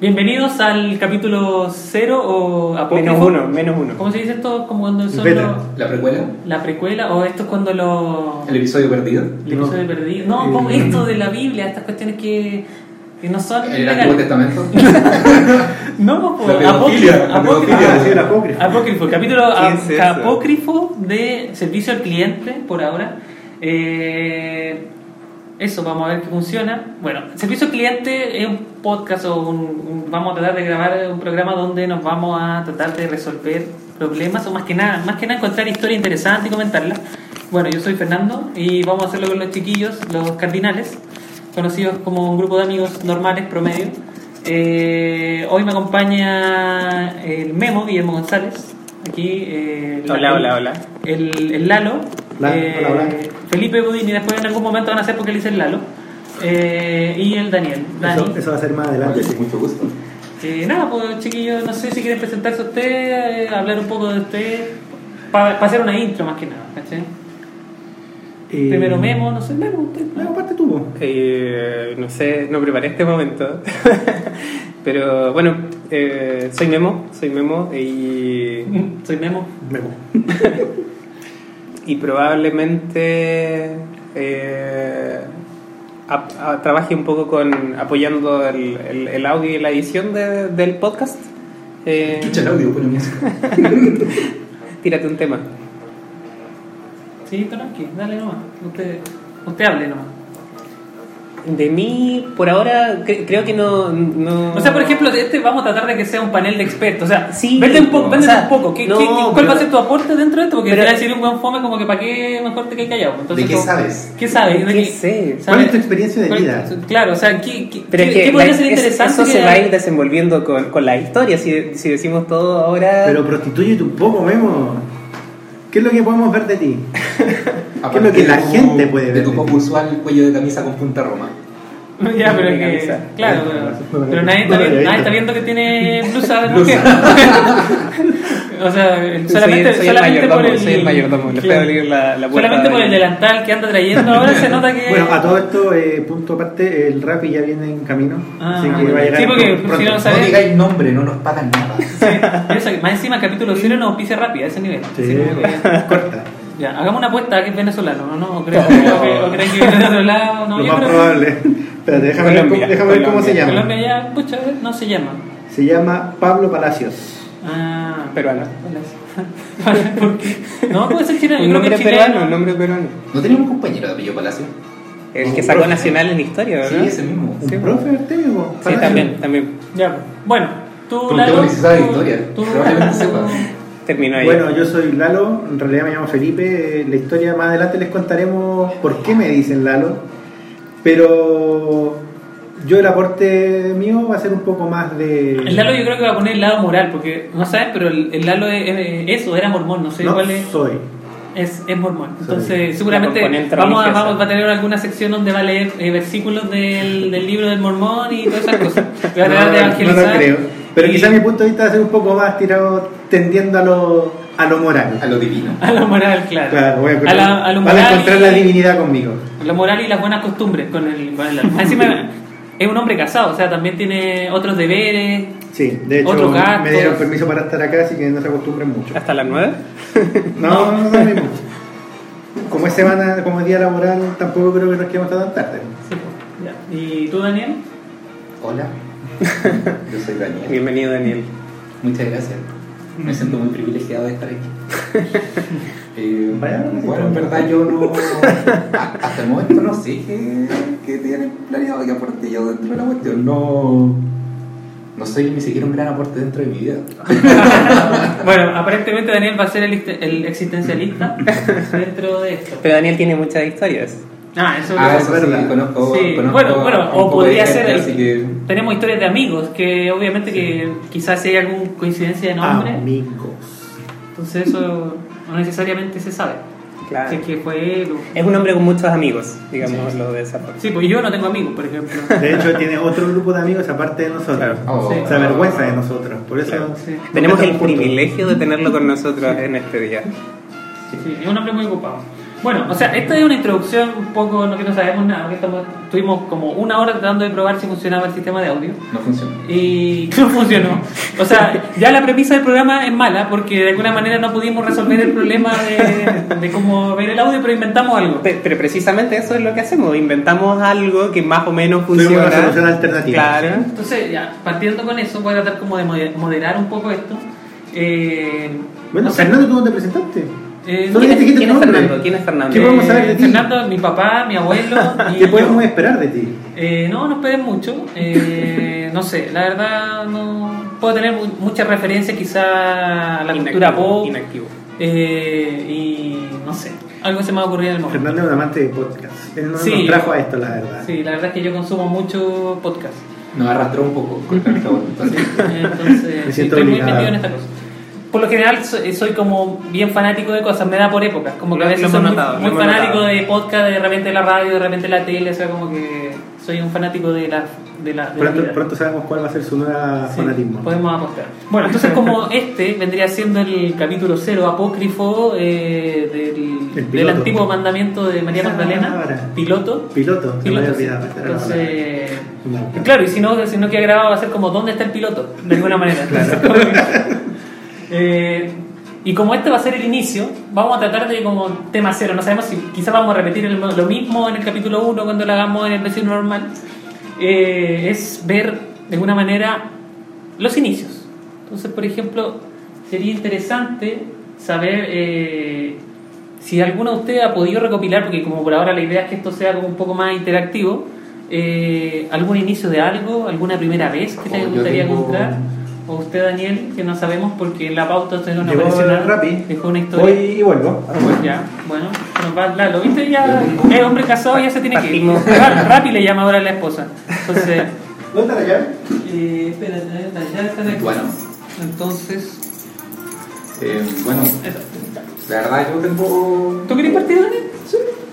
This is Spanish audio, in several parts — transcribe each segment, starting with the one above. Bienvenidos al capítulo 0 o apócrifo. Menos uno, menos uno. ¿Cómo se dice esto? Como cuando son Beta. los- ¿La precuela? la precuela o esto es cuando los ¿El episodio perdido? el episodio perdido. No, Eh, como esto de la Biblia, estas cuestiones que, que no son ¿El legales. Antiguo Testamento? No, po, La pedofilia, apócrifo, la apócrifo. pedofilia. Ah, sí, el apócrifo. Apócrifo, capítulo ¿Qué es eso? apócrifo de servicio al cliente por ahora. Eh, eso, vamos a ver qué funciona. Bueno, servicio al cliente es un podcast o un, un- vamos a tratar de grabar un programa donde nos vamos a tratar de resolver problemas o más que nada, más que nada encontrar historias interesantes y comentarlas. Bueno, yo soy Fernando y vamos a hacerlo con los chiquillos, los cardinales, conocidos como un grupo de amigos normales promedio. Eh, hoy me acompaña el Memo, Guillermo González. Aquí, eh, el- Hola, hola, hola. El, el Lalo. eh, Hola, hola, hola. Felipe Budín y después en algún momento van a hacer porque le dicen Lalo. Eh, y el Daniel. Dani. Eso, eso va a ser más adelante, Oye, sí. Mucho gusto. Eh, nada, pues chiquillos, no sé si quieren presentarse a ustedes, eh, hablar un poco de ustedes, para hacer una intro más que nada, ¿cachai? Eh, Primero Memo, no sé, Memo, usted. No, parte tú. vos. Eh, no sé, no preparé este momento. Pero bueno, eh, soy Memo, soy Memo y, Soy Memo. Memo. y probablemente eh, a- a- trabaje un poco con apoyando el, el- el audio y la edición de- del podcast. Eh, Escucha el audio, pone música. tírate un tema. Sí, tranqui, dale nomás. Usted, usted hable nomás. De mí, por ahora, cre- creo que no, no- O sea, por ejemplo, de este vamos a tratar de que sea un panel de expertos. O sea, Sí, vete un poco, o vete sea, un poco. ¿Qué, no, qué- qué- ¿Cuál pero- va a ser tu aporte dentro de esto? Porque Pero- te va a decir un buen fome como que para qué mejor te quedas callado. Entonces, ¿De qué como- sabes? ¿Qué sabes? ¿De ¿Qué sé? ¿Cuál es tu ¿Sabes? experiencia de ¿Cuál- vida? Claro, o sea, ¿qué, qué, Pero qué- es que qué podría la- ser es- interesante? eso se que- va a ir desenvolviendo con, con la historia. Si, si decimos todo ahora. Pero prostituye un poco, Memo. ¿Qué es lo que podemos ver de ti? Aparte lo que la de tu- gente puede ver De de tu ti. poco usual cuello de camisa con punta roma. Ya, pero Venga, es que. Lisa. Claro, pero, pero nadie, está viendo, nadie está viendo que tiene blusa de mujer. o sea, el- Soy- solamente, soy el solamente por mayordomo, el. soy el mayordomo, le puedo abrir la- la puerta solamente por ahí. el delantal que anda trayendo ahora se nota que. Bueno, a todo esto, eh, punto aparte, el rap ya viene en camino. Ah, así que va a llegar sí, porque pronto. si no- No ¿Sabes? digáis nombre, no nos pagan nada. Sí, eso, más encima, el capítulo 0 nos pisa rápido a ese nivel. Así Sí, como que- corta. ya, hagamos una apuesta que es venezolano, ¿no? ¿no? ¿O creen o creen- o creen que viene de otro lado? No, Lo yo más creo- probable. Espérate, déjame, ver Colombia, cómo- déjame ver cómo se Colombia. llama. Colombia ya, pucha, no se llama. Se llama Pablo Palacios. Ah, Peruano. ¿Por qué? No, puede ser chileno. Un Yo creo que nombre es chileno. peruano, un nombre peruano. ¿No tenía un compañero de apellido Palacio? El que Un sacó profe. nacional en la historia, ¿verdad? Sí, ese mismo. ¿Un Sí, profe Artemio? Sí, también, también. Ya, pues. bueno, tú, Preguntémosle si sabe historia. Probablemente sepa. Terminó ahí. Bueno, yo soy Lalo, en realidad me llamo Felipe. eh, La historia más adelante les contaremos por qué me dicen Lalo. Pero yo el aporte mío va a ser un poco más de. El Lalo yo creo que va a poner el lado moral, porque no sabes, pero el, el Lalo es, es- eso, era mormón, no sé no cuál es. soy. Es, es mormón. Entonces, Sorry. seguramente La componente vamos a, religiosa. vamos, va a tener alguna sección donde va a leer eh, versículos del, del libro del mormón y todas esas cosas. Va a no, tratar de no evangelizar. lo creo. Pero y- quizá mi punto de vista va a ser un poco más tirado tendiendo a lo, a lo moral. A lo divino. A la moral, claro. Claro, voy a, a la, a lo van moral a encontrar y- la divinidad conmigo. la moral y las buenas costumbres con el, con el Lalo. Más Encima, es un hombre casado, o sea, también tiene otros deberes. Sí, de hecho Otro gato. me dieron permiso para estar acá, así que no se acostumbren mucho. ¿Hasta las nueve? No, no, no mismo. Como es semana, como es día laboral, tampoco creo que nos quedemos hasta tan tarde. Sí, pues, ya. ¿Y tú, Daniel? Hola. Yo soy Daniel. Bienvenido, Daniel. Muchas gracias. Me siento muy privilegiado de estar aquí. Eh, Vaya, bueno, en verdad yo no... a- Hasta el momento no sé qué, qué tienen planeado que aporte yo dentro de la cuestión. No... No soy ni siquiera un gran aporte dentro de mi vida. Ah, Bueno, aparentemente Daniel va a ser el, ext- el existencialista dentro de esto. Pero Daniel tiene muchas historias. Ah, eso Ah, es eso verdad. sí, conozco, Sí, conozco bueno, a- bueno, a un o poco de podría gente, ser el- Así que... Tenemos historias de amigos, que obviamente que quizás si hay alguna coincidencia de Ah, nombre, Amigos. entonces eso no necesariamente se sabe. Claro. Si es que fue él o- Es un hombre con muchos amigos, digámoslo de esa forma. Sí, pues yo no tengo amigos, por ejemplo. De hecho, tiene otro grupo de amigos aparte de nosotros. Claro. Oh. Sí. Se avergüenza de nosotros. Por eso Claro. Sí. nos Tenemos el metemos juntos. privilegio de tenerlo con nosotros en este día. Sí, es un hombre muy ocupado. Bueno, o sea, esta es una introducción un poco, no que no sabemos nada, que estamos, estuvimos como una hora tratando de probar si funcionaba el sistema de audio No funciona. y no funcionó. O sea, ya la premisa del programa es mala porque de alguna manera no pudimos resolver el problema de, de cómo ver el audio, pero inventamos algo. Pe- Pero precisamente eso es lo que hacemos, inventamos algo que más o menos Tuvimos funciona. una solución alternativa. Claro. Entonces, ya, partiendo con eso, voy a tratar como de mode- moderar un poco esto. Eh, Bueno, no sé, Fernando, ¿tú no te presentaste? eh, Solo ¿quién ¿Quién dijiste tu es nombre. Fernando? ¿Quién es Fernando? ¿Qué Eh, podemos saber de ti? Ah, Fernando, mi papá, mi abuelo. y ¿Qué yo. podemos esperar de ti? Eh, no, no esperen mucho. Eh, no sé, la verdad no puedo tener mu- muchas referencias quizá a la cultura pop. Inactivo. eh, y no sé, algo se me ha ocurrido en el momento. Fernando es un amante de podcast. Él no Sí. nos trajo a esto, la verdad. Sí, la verdad es que yo consumo mucho podcast. Nos arrastró un poco con el cabo. Entonces, Entonces, Me sí, siento estoy muy obligado. metido en esta cosa. Por lo general so- eh, soy, como bien fanático de cosas, me da por épocas, como que a Lo- lo veces soy hemos muy, notado, lo muy hemos fanático notado. de podcast, de repente la radio, de repente la tele, o sea, como que soy un fanático de la... De la, de la Pronto, vida. pronto sabemos cuál va a ser su nueva Sí, fanatismo. Podemos apostar. Bueno, entonces como este vendría siendo el capítulo cero apócrifo eh, El del, piloto. Ah, del antiguo mandamiento de María Esa Magdalena, palabra. piloto. Piloto, se me había Piloto, sí. olvidado. esta era la palabra. Entonces, No. y claro, y si no, si no queda grabado va a ser como ¿dónde está el piloto? De alguna manera. Eh, y como este va a ser el inicio, vamos a tratar de como tema cero. No sabemos si quizás vamos a repetir el- lo mismo en el capítulo 1 cuando lo hagamos en el vecino normal. Eh, es ver de alguna manera los inicios. Entonces, por ejemplo, sería interesante saber eh, si alguno de ustedes ha podido recopilar, porque como por ahora la idea es que esto sea como un poco más interactivo, eh, algún inicio de algo, alguna primera vez que te Oh, yo gustaría tengo- encontrar, o usted Daniel, que no sabemos porque en la pauta usted no nos Llegó apareció nada, Rappi. dejó una Voy historia. Pues y vuelvo. Ya, bueno, nos va Lalo, viste, ya es hombre casado ya se tiene que ir. Partimos. Rappi le llama ahora a la esposa. Entonces, ¿Dónde está la llave? eh, espérate, ya están aquí. Bueno. Entonces, eh, bueno, la verdad yo tengo... ¿Tú querés partir, Dani?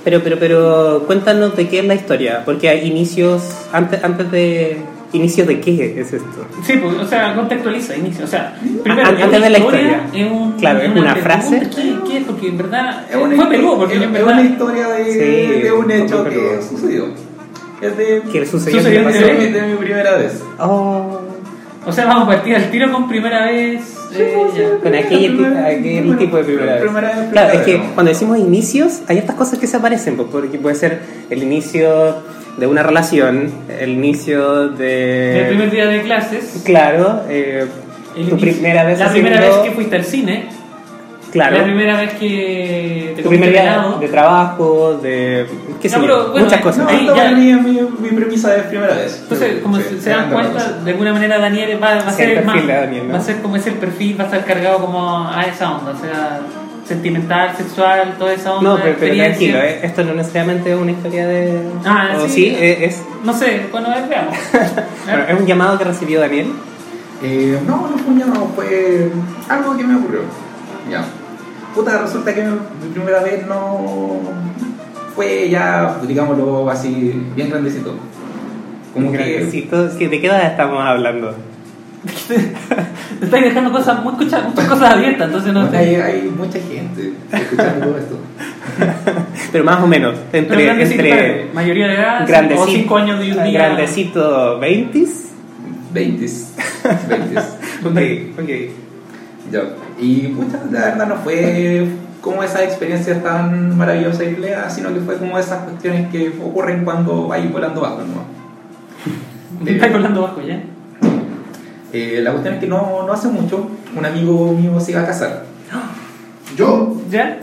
Pero, pero, pero, cuéntanos de qué es la historia, porque hay inicios, antes, antes de... ¿Inicios de qué es esto? Sí, pues, o sea, contextualiza, inicia. O sea, ¿Mm? Ah, primero, antes de la historia. Es un, Claro, es una frase. pregunta, ¿Qué, qué es? Porque en verdad Es una fue histo- peludo, porque es- yo en es verdad. una historia de, Sí, de un hecho fue peludo. que sucedió. Es de, ¿Qué sucedió? sucedió ¿Qué de, pasó? de mi primera vez. Oh, O sea, vamos a partir al tiro con primera vez. eh, pues, ya. con aquel, ti- aquel este tipo de primera vez. Primera vez, Claro, es primera que vez, ¿no? cuando decimos inicios, hay estas cosas que se aparecen, pues, porque puede ser el inicio de una relación, el inicio de... El primer día de clases. Claro, eh, el tu inicio- primera vez La primera haciendo- vez que fuiste al cine. Claro. La primera vez que te tu primer comiste día helado. de trabajo, de qué sé No, yo, pero, bueno, muchas No, cosas. ahí- esta ya- es mi, mi, mi premisa de primera vez. Entonces, como Sí, se- se sí, dan ando cuenta, con de alguna manera Daniel va, va a Sí, ser el el más, perfil de Daniel, ¿no? va a ser como es el perfil, va a estar cargado como a esa onda, o sea, sentimental, sexual, toda esa onda. no, pero, pero experiencia. tranquilo, eh, esto no necesariamente es una historia de. Ah, o sí. eh, es, No sé, bueno, a ver, veamos. bueno, es un llamado que recibió Daniel. Eh, no, no fue un llamado, fue algo que me ocurrió. Ya. Puta, resulta que mi primera vez no fue ya, digámoslo así, bien grandecito. Como que... Grandecito, Eh, sí, ¿De qué edad estamos hablando? Te estáis dejando cosas, muy, muchas, muchas cosas abiertas, entonces no Bueno, hay, sé. hay mucha gente escuchando todo esto. Pero más o menos, Pero entre. grandecito, entre claro, Ah, mayoría de edad, grandecito, Ah, o 5 años de un día. Grandecito 20s. 20 Ok, ok. Ya. Y puta, la verdad no fue como esas experiencias tan maravillosas y pleas, sino que fue como esas cuestiones que ocurren cuando vais volando bajo, ¿no? Me estáis volando bajo ya. Eh, la cuestión es que no, no hace mucho un amigo mío se iba a casar. ¿Yo? ¿Ya?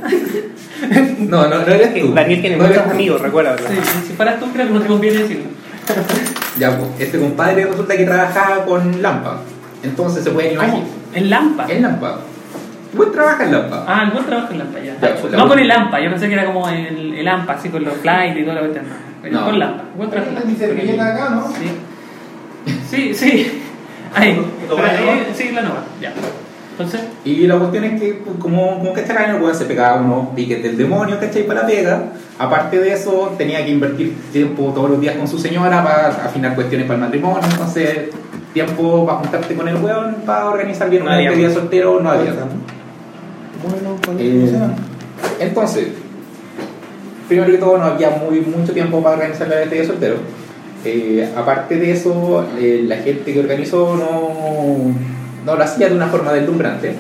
No, no, no eres tú. Daniel tiene No eres muchos tú. amigos, recuerda. Sí, si fueras tú, creo que no te conviene decirlo. Ya, pues, este compadre resulta que trabajaba con Lampa. Entonces se Ah, puede imaginar. ¿Cómo? El Lampa. En Lampa. Pues trabaja en Lampa. Ah, algún trabajo con Lampa, ya. Ya, pues, la no con última. el Lampa, yo pensé que era como el, el AMPA, así con los flights y toda la cuestión. Pero No. Con Lampa, buen trabajo. Está mi servilleta acá, ¿no? Sí, sí. sí. Ahí. ¿Lo voy a Ahí, llevar? Sí, la nueva, ya. Entonces, Y la cuestión es que, pues, como, como cachacán, el weón se pegaba unos piques del demonio, ¿cachai? Para la pega. Aparte de eso, tenía que invertir tiempo todos los días con su señora para afinar cuestiones para el matrimonio. Entonces, tiempo para juntarte con el weón, para organizar bien No una había. despedida de Ah, soltero, no había. Bueno, Eh, entonces, primero que todo no había muy, mucho tiempo para organizar la despedida de soltero. Eh, aparte de eso, eh, la gente que organizó no, no lo hacía de una forma deslumbrante,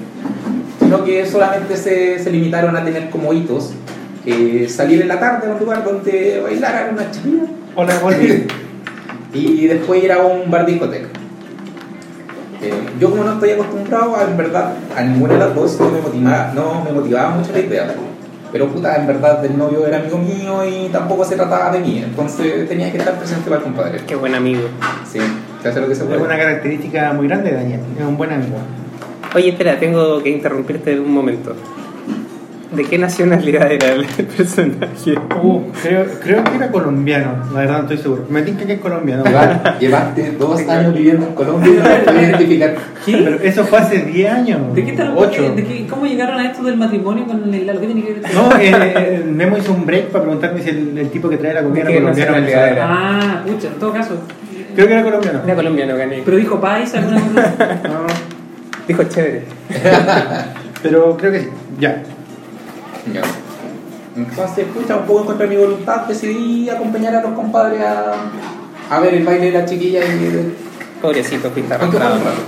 sino que solamente se, se limitaron a tener como hitos eh, salir en la tarde a un lugar donde bailaran una chavilla Hola, volví. y después ir a un bar discoteca. Eh, yo como no estoy acostumbrado a, en verdad a ninguna de las dos, no me motivaba, no me motivaba mucho la idea. Pero puta, en verdad el novio era amigo mío y tampoco se trataba de mí, entonces tenía que estar presente para el compadre. Qué buen amigo. Sí, se hace lo que se Es una puede. característica muy grande de Daniel, es un buen amigo. Oye, espera, tengo que interrumpirte un momento. ¿De qué nacionalidad era el personaje? Uh, creo, creo que era colombiano, la verdad no estoy seguro. Me tinca que es colombiano. Llevar- llevaste dos años viviendo en Colombia y no te puedes identificar. Pero ¿Qué? eso fue hace 10 años. ¿De qué tal? 8. de qué- ¿Cómo llegaron a esto del matrimonio con el lado? ¿Qué tiene que ver? No, eh, Memo hizo un break para preguntarme si el, el tipo que trae la comida ¿De qué era colombiano. o nacionalidad venezolano. Ah, pucha, en todo caso. Creo que era colombiano. Era colombiano, gané. Pero dijo país alguna cosa. No, Dijo chévere. pero creo que sí. Ya. Ya. Entonces, pucha, un poco en contra de mi voluntad, decidí acompañar a los compadres a, a ver el baile de la chiquilla y Pobrecito, fuiste ¿Cuánto fue arrastrado. el rato?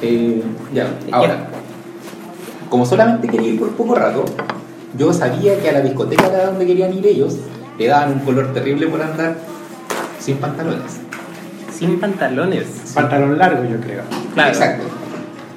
Eh, ya, ahora. Como solamente quería ir por poco rato, yo sabía que a la discoteca era donde querían ir ellos, le daban un color terrible por andar sin pantalones. Sin pantalones. Pantalón largo, yo creo. Claro. Exacto.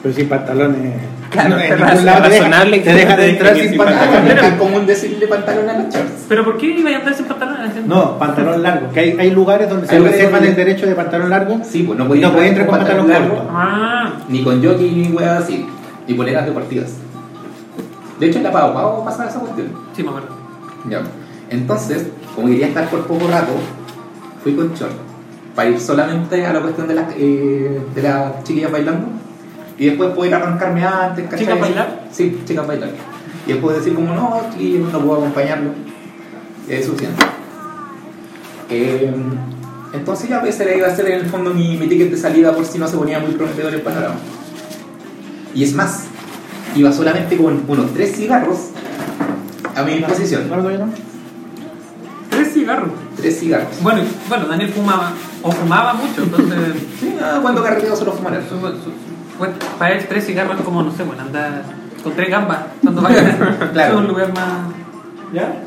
Pero sin pantalones. Claro, en es ningún lado te razonable dejan- que te dejan te entrar dejen sin sin pantalones. Pantalones, es tan común decirle pantalón a los shorts. ¿Pero por qué iba a andar sin pantalones? No, pantalón largo. Que hay, hay lugares donde se Hay lugares reservan donde- el derecho de pantalón largo. Sí, pues no Y podía no podía entrar con pantalón largo, corto. Ah, ni con jockey, ni weas así, ni poleras deportivas. De hecho, en la Pau Pau pasa esa cuestión. sí, me acuerdo. Ya. Entonces, como quería estar por poco rato, fui con short. Para ir solamente a la cuestión de las eh, de las chiquillas bailando. Y después poder arrancarme antes, ¿cachai? ¿Chicas bailar? Sí, chicas bailar. Y después decir como, no, chiquillos, no puedo acompañarlo. Es suficiente. Eh, entonces ya pues, ese iba a ser en el fondo mi, mi ticket de salida por si no se ponía muy prometedor el panorama. Y es más, iba solamente con unos tres cigarros a mi disposición. ¿No lo no? Tres cigarros. Tres cigarros. Bueno, y- bueno, Daniel fumaba, o fumaba mucho, entonces. Sí, ah, cuando carreteo solo fumar su- su- bueno, para él, tres cigarros es como, no sé, bueno, anda con tres gambas. Cuando vaya Claro. a un lugar más. ¿Ya?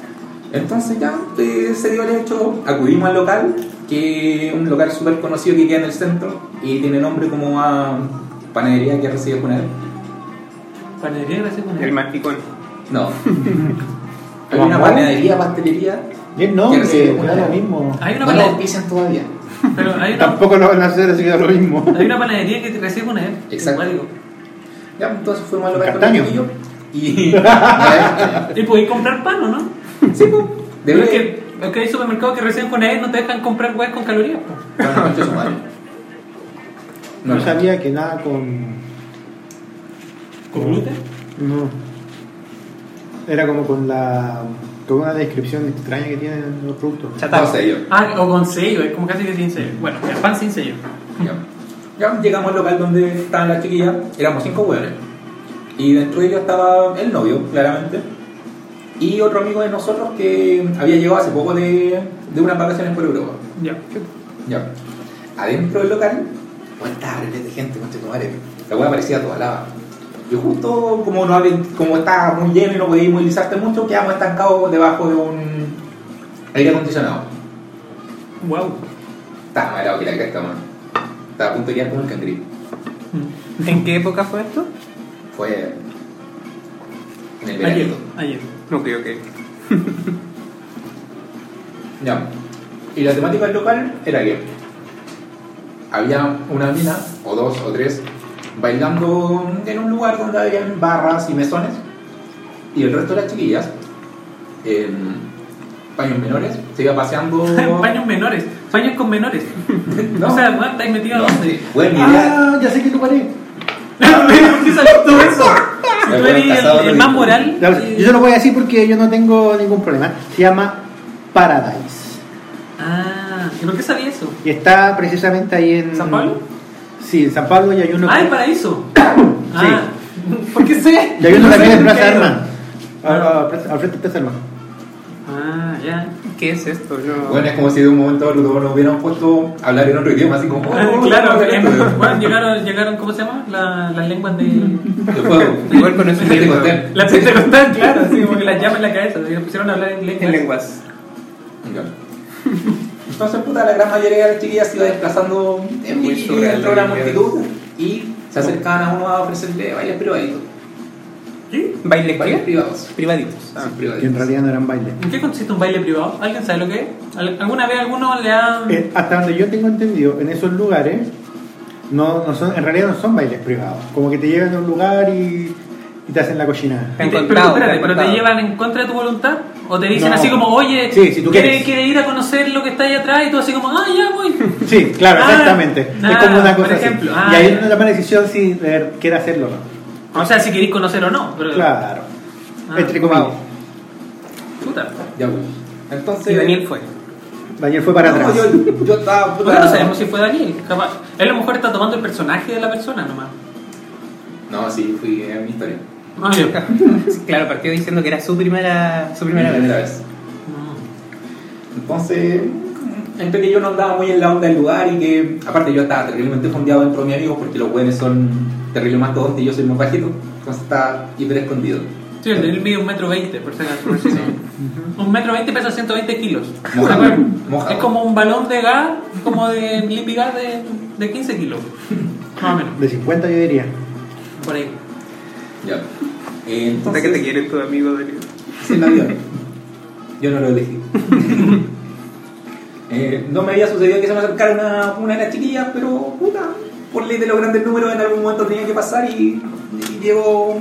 Entonces ya eh, se dio el hecho, acudimos al local, que es un local súper conocido que queda en el centro y tiene nombre como a panadería que recibe con él. Panadería, gracias con El masticón. No. Hay una panadería, pastelería. Y el nombre, Ya recibe no una. es lo mismo. Hay una No la panadería. auspician todavía. Pero hay una, Tampoco lo van a hacer, así que da lo mismo. hay una panadería que te recibe con él. Exacto. Ya, entonces fuimos al local con Castaño. el chiquillo y... Y podéis comprar pan, ¿o no? sí, pues. Pero es Debe- que, es que hay supermercados que reciben con él no te dejan comprar weas con calorías. po. Bueno, concha su madre. No, No no. sabía que nada con. ¿Con gluten? No. Era como con la. con una descripción extraña que tienen los productos. Chatarra. No sé yo. Ah, o con sello, es como casi que sin sello. Bueno, el pan sin sello. Ya. Ya llegamos al local donde estaban las chiquillas, éramos cinco hueones. Y dentro de ellos estaba el novio, claramente. Y otro amigo de nosotros que había llegado hace poco de, de unas vacaciones por Europa. Ya. Ya. Adentro del local, bueno, estaba repleta de gente, concha tu madre. La hueá parecía toda lava. Yo justo, como no había- como estaba muy lleno y no podía movilizarte mucho, quedamos estancados debajo de un aire acondicionado. Wow. Estaba más helado que la cresta, man. Estaba a punto de quedar como el cangrejo. Mm. ¿En qué época fue esto? Fue en el Ayer, verano. ayer. Ok, ok. Ya. Y la temática del local era que había una mina, o dos, o tres, bailando en un lugar donde habían barras y mesones. Y el resto de las chiquillas, en paños menores, se iba paseando. Paños menores, paños con menores. No. O sea, ¿no? ¿Estáis metidos No, dónde? sí. Bueno, mi idea. ¡Ah! Ya sé que lugar es. ¿Por qué salió todo eso? Si Me tú fueron eres casados el, el los más hijos. moral. Ya lo sé. eh, Yo se lo voy a decir porque yo no tengo ningún problema. Se llama Paradise. Ah, ¿y por qué sabía eso? Y está precisamente ahí en. ¿San Pablo? Sí, en San Pablo y hay uno. Ah, el paraíso. Ah, ¿por qué sé? Y hay uno pues, No sé, también en nunca Plaza he Ah, ido. Armas. Al al frente de Plaza Armas. Ah, ya. ¿Qué es esto? Ah. No. Bueno, es como si de un momento a otro nos hubieran puesto a hablar en otro idioma, así como. Ah, oh, claro, ¿qué es esto? em- bueno, llegaron, llegaron, ¿cómo se llama? La- las lenguas de. De fuego. Igual con eso Gente tengo- contenta. Las pentecostal, claro, así como que las llaman en la cabeza, se pusieron a hablar en lenguas. en lenguas. Claro. Entonces, puta, la gran mayoría de las chiquillas se iba desplazando en Muy mi surreal dentro de la la vida. multitud y se acercaban a uno a ofrecerle bailes privaditos. ¿Qué? ¿Bailes Bailes qué? privados. Privaditos. Ah, Ah. que en privaditos. realidad no eran bailes. ¿En qué consiste un baile privado? ¿Alguien sabe lo que es? ¿Al- ¿Alguna vez alguno le ha.? Eh, hasta donde yo tengo entendido, en esos lugares, no, no son, en realidad no son bailes privados. Como que te llevan a un lugar y, y te hacen la cochinada. Pero, encontrado, pero, te espérate, han pero te contado. llevan en contra de tu voluntad o te dicen No. así como, oye, Sí, si tú ¿quiere- quieres. quiere ir a conocer lo que está ahí atrás y tú así como, ah, ya voy. Sí, claro, Ah, exactamente. es ah, como una por cosa así. ejemplo. Ah, y ahí ya. es donde toma la decisión si eh, quiere hacerlo o no. O sea, si queréis conocer o no, pero Claro. Ah, Entre comillas. wow. puta. Ya, bueno. Entonces. Y Daniel fue. Daniel fue para No, atrás. Yo, yo estaba. ¿Por puta- qué no sabemos si fue Daniel? Capaz. Él a lo mejor está tomando el personaje de la persona nomás. No, sí, fui a mi historia. Ah, No, yo. Claro, partió diciendo que era su primera, su Mi primera vez. Mm. Entonces, entre que yo no andaba muy en la onda del lugar y que, aparte, yo estaba terriblemente fondeado dentro de mis amigos porque los buenos son terribles más todos y yo soy más bajito, entonces estaba hiper escondido. Sí, él mide un metro veinte, por si acaso, por si no. Un metro veinte pesa 120 kilos. Mojado, ¿Se acuerdan? mojado. Es como un balón de gas, como de Lippy Gas de, de 15 kilos. Más o menos, De 50 yo diría. por ahí. Ya. Eh, Puta Entonces, que te quieren tu amigo Daniel. sin la vida. Yo no lo elegí. Eh, no me había sucedido que se me acercara una, una de las chiquillas, pero puta, por ley de los grandes números en algún momento tenía que pasar y, y llegó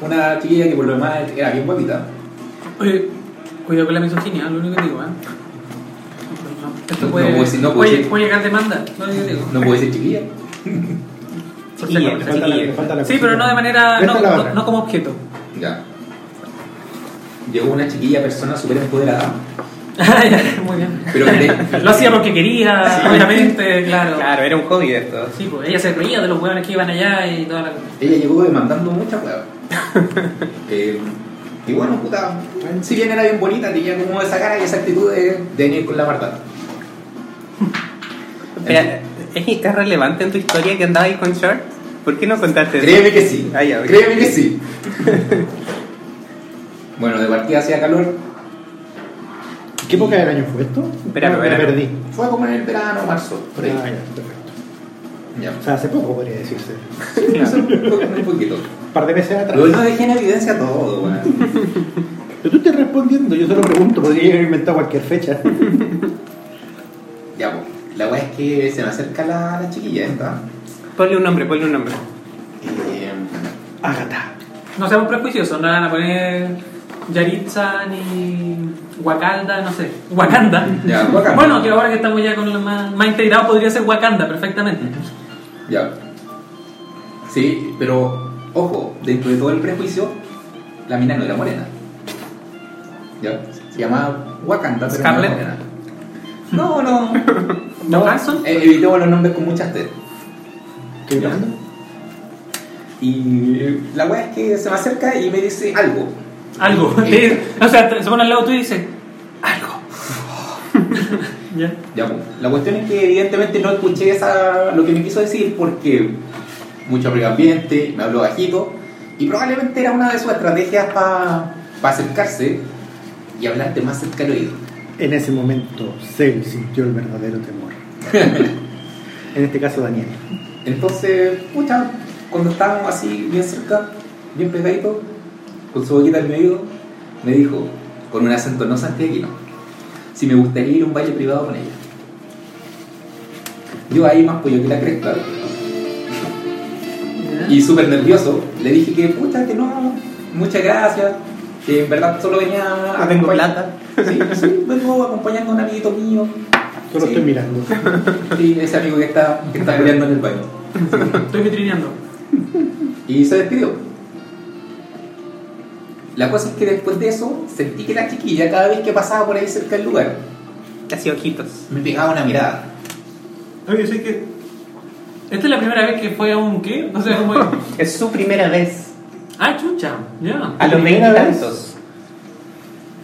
una chiquilla que por lo demás era bien guapita. Oye, cuidado con la misoginia, lo único que digo, ¿eh? Esto No puede, puedo decir- no pues puedo puede, decir. puede llegar demanda, lo único que digo. No puede ser chiquilla. Por si acaso, Chiquilla, le falta la- chiquilla. le falta la Sí, pero no de manera. Presta No, la no- barra. no como objeto. Ya. Llegó una chiquilla, persona súper empoderada. Muy bien. Pero que- Lo hacía porque quería, Sí. obviamente, claro. Claro, era un hobby de esto. Sí, pues ella se reía de los huevones que iban allá y toda la. ella llegó demandando mucha hueá. Eh, y bueno, puta, si bien era bien bonita, tenía como esa cara y esa actitud de, de venir con la Marta. Espera, ¿es, es relevante en tu historia que andabas con short? ¿Por qué no contaste eso? Créeme que sí. Ah, ya, ok. Créeme que sí. bueno, de partida hacía calor. ¿Qué época del año fue esto? Verano, me verano. perdí. Fue como en el verano, marzo, por ahí. Ah, ya, perfecto. Ya. O sea, hace poco podría decirse. Un poquito. Un par de meses atrás. Pero no dejé en evidencia todo, weón. Pero tú estás respondiendo, yo solo pregunto, podría haber inventado cualquier fecha. Ya, pues. La weá es que se me acerca la, la chiquilla esta. Ponle un nombre, ponle un nombre. Eh, Ágata. No seamos prejuiciosos, no van a poner Yaritza ni Wakanda, no sé. Wakanda. Ya, Wakanda. Bueno, que ahora que estamos ya con los más, más integrados podría ser Wakanda perfectamente. ya. Sí, pero ojo, dentro de todo el prejuicio, la mina no era morena. Ya. Se llamaba Wakanda, pero Scarlett. no era morena. No, no. ¿No? Hanson. Eh, evitemos los nombres con muchas T. ¿Estoy Ya. hablando? Y la weá es que se me acerca y me dice algo. Algo. Eh, o sea, te- se pone al lado tuyo y dice, algo. ya. Ya, pues. la cuestión es que evidentemente no escuché esa, lo que me quiso decir porque mucho ruido ambiente, me habló bajito y probablemente era una de sus estrategias para acercarse y hablarte más cerca al oído. En ese momento, Cell sintió el verdadero temor. en este caso, Daniel. Entonces, pucha, cuando estábamos así bien cerca, bien pegadito, con su boquita en mi oído, me dijo, con un acento no santiaguino, si me gustaría ir a un baile privado con ella. Yo ahí más pollo que la cresta, Y súper nervioso, le dije que puta, que no, muchas gracias, que en verdad solo venía a No tengo acompañ- plata. Sí, sí, vengo acompañando a un amiguito mío. Solo Sí. estoy mirando. Sí, ese amigo que está, que está peleando en el baño. Estoy vitrineando. Y se despidió. La cosa es que después de eso, sentí que la chiquilla, cada vez que pasaba por ahí cerca del lugar, Casi ojitos. me pegaba una mirada. Oye, sé que... Esta es la primera vez que fue a un qué? No sé cómo... Es su primera vez. ah, chucha. Ya. A los ¿Primera vez? veintitantos.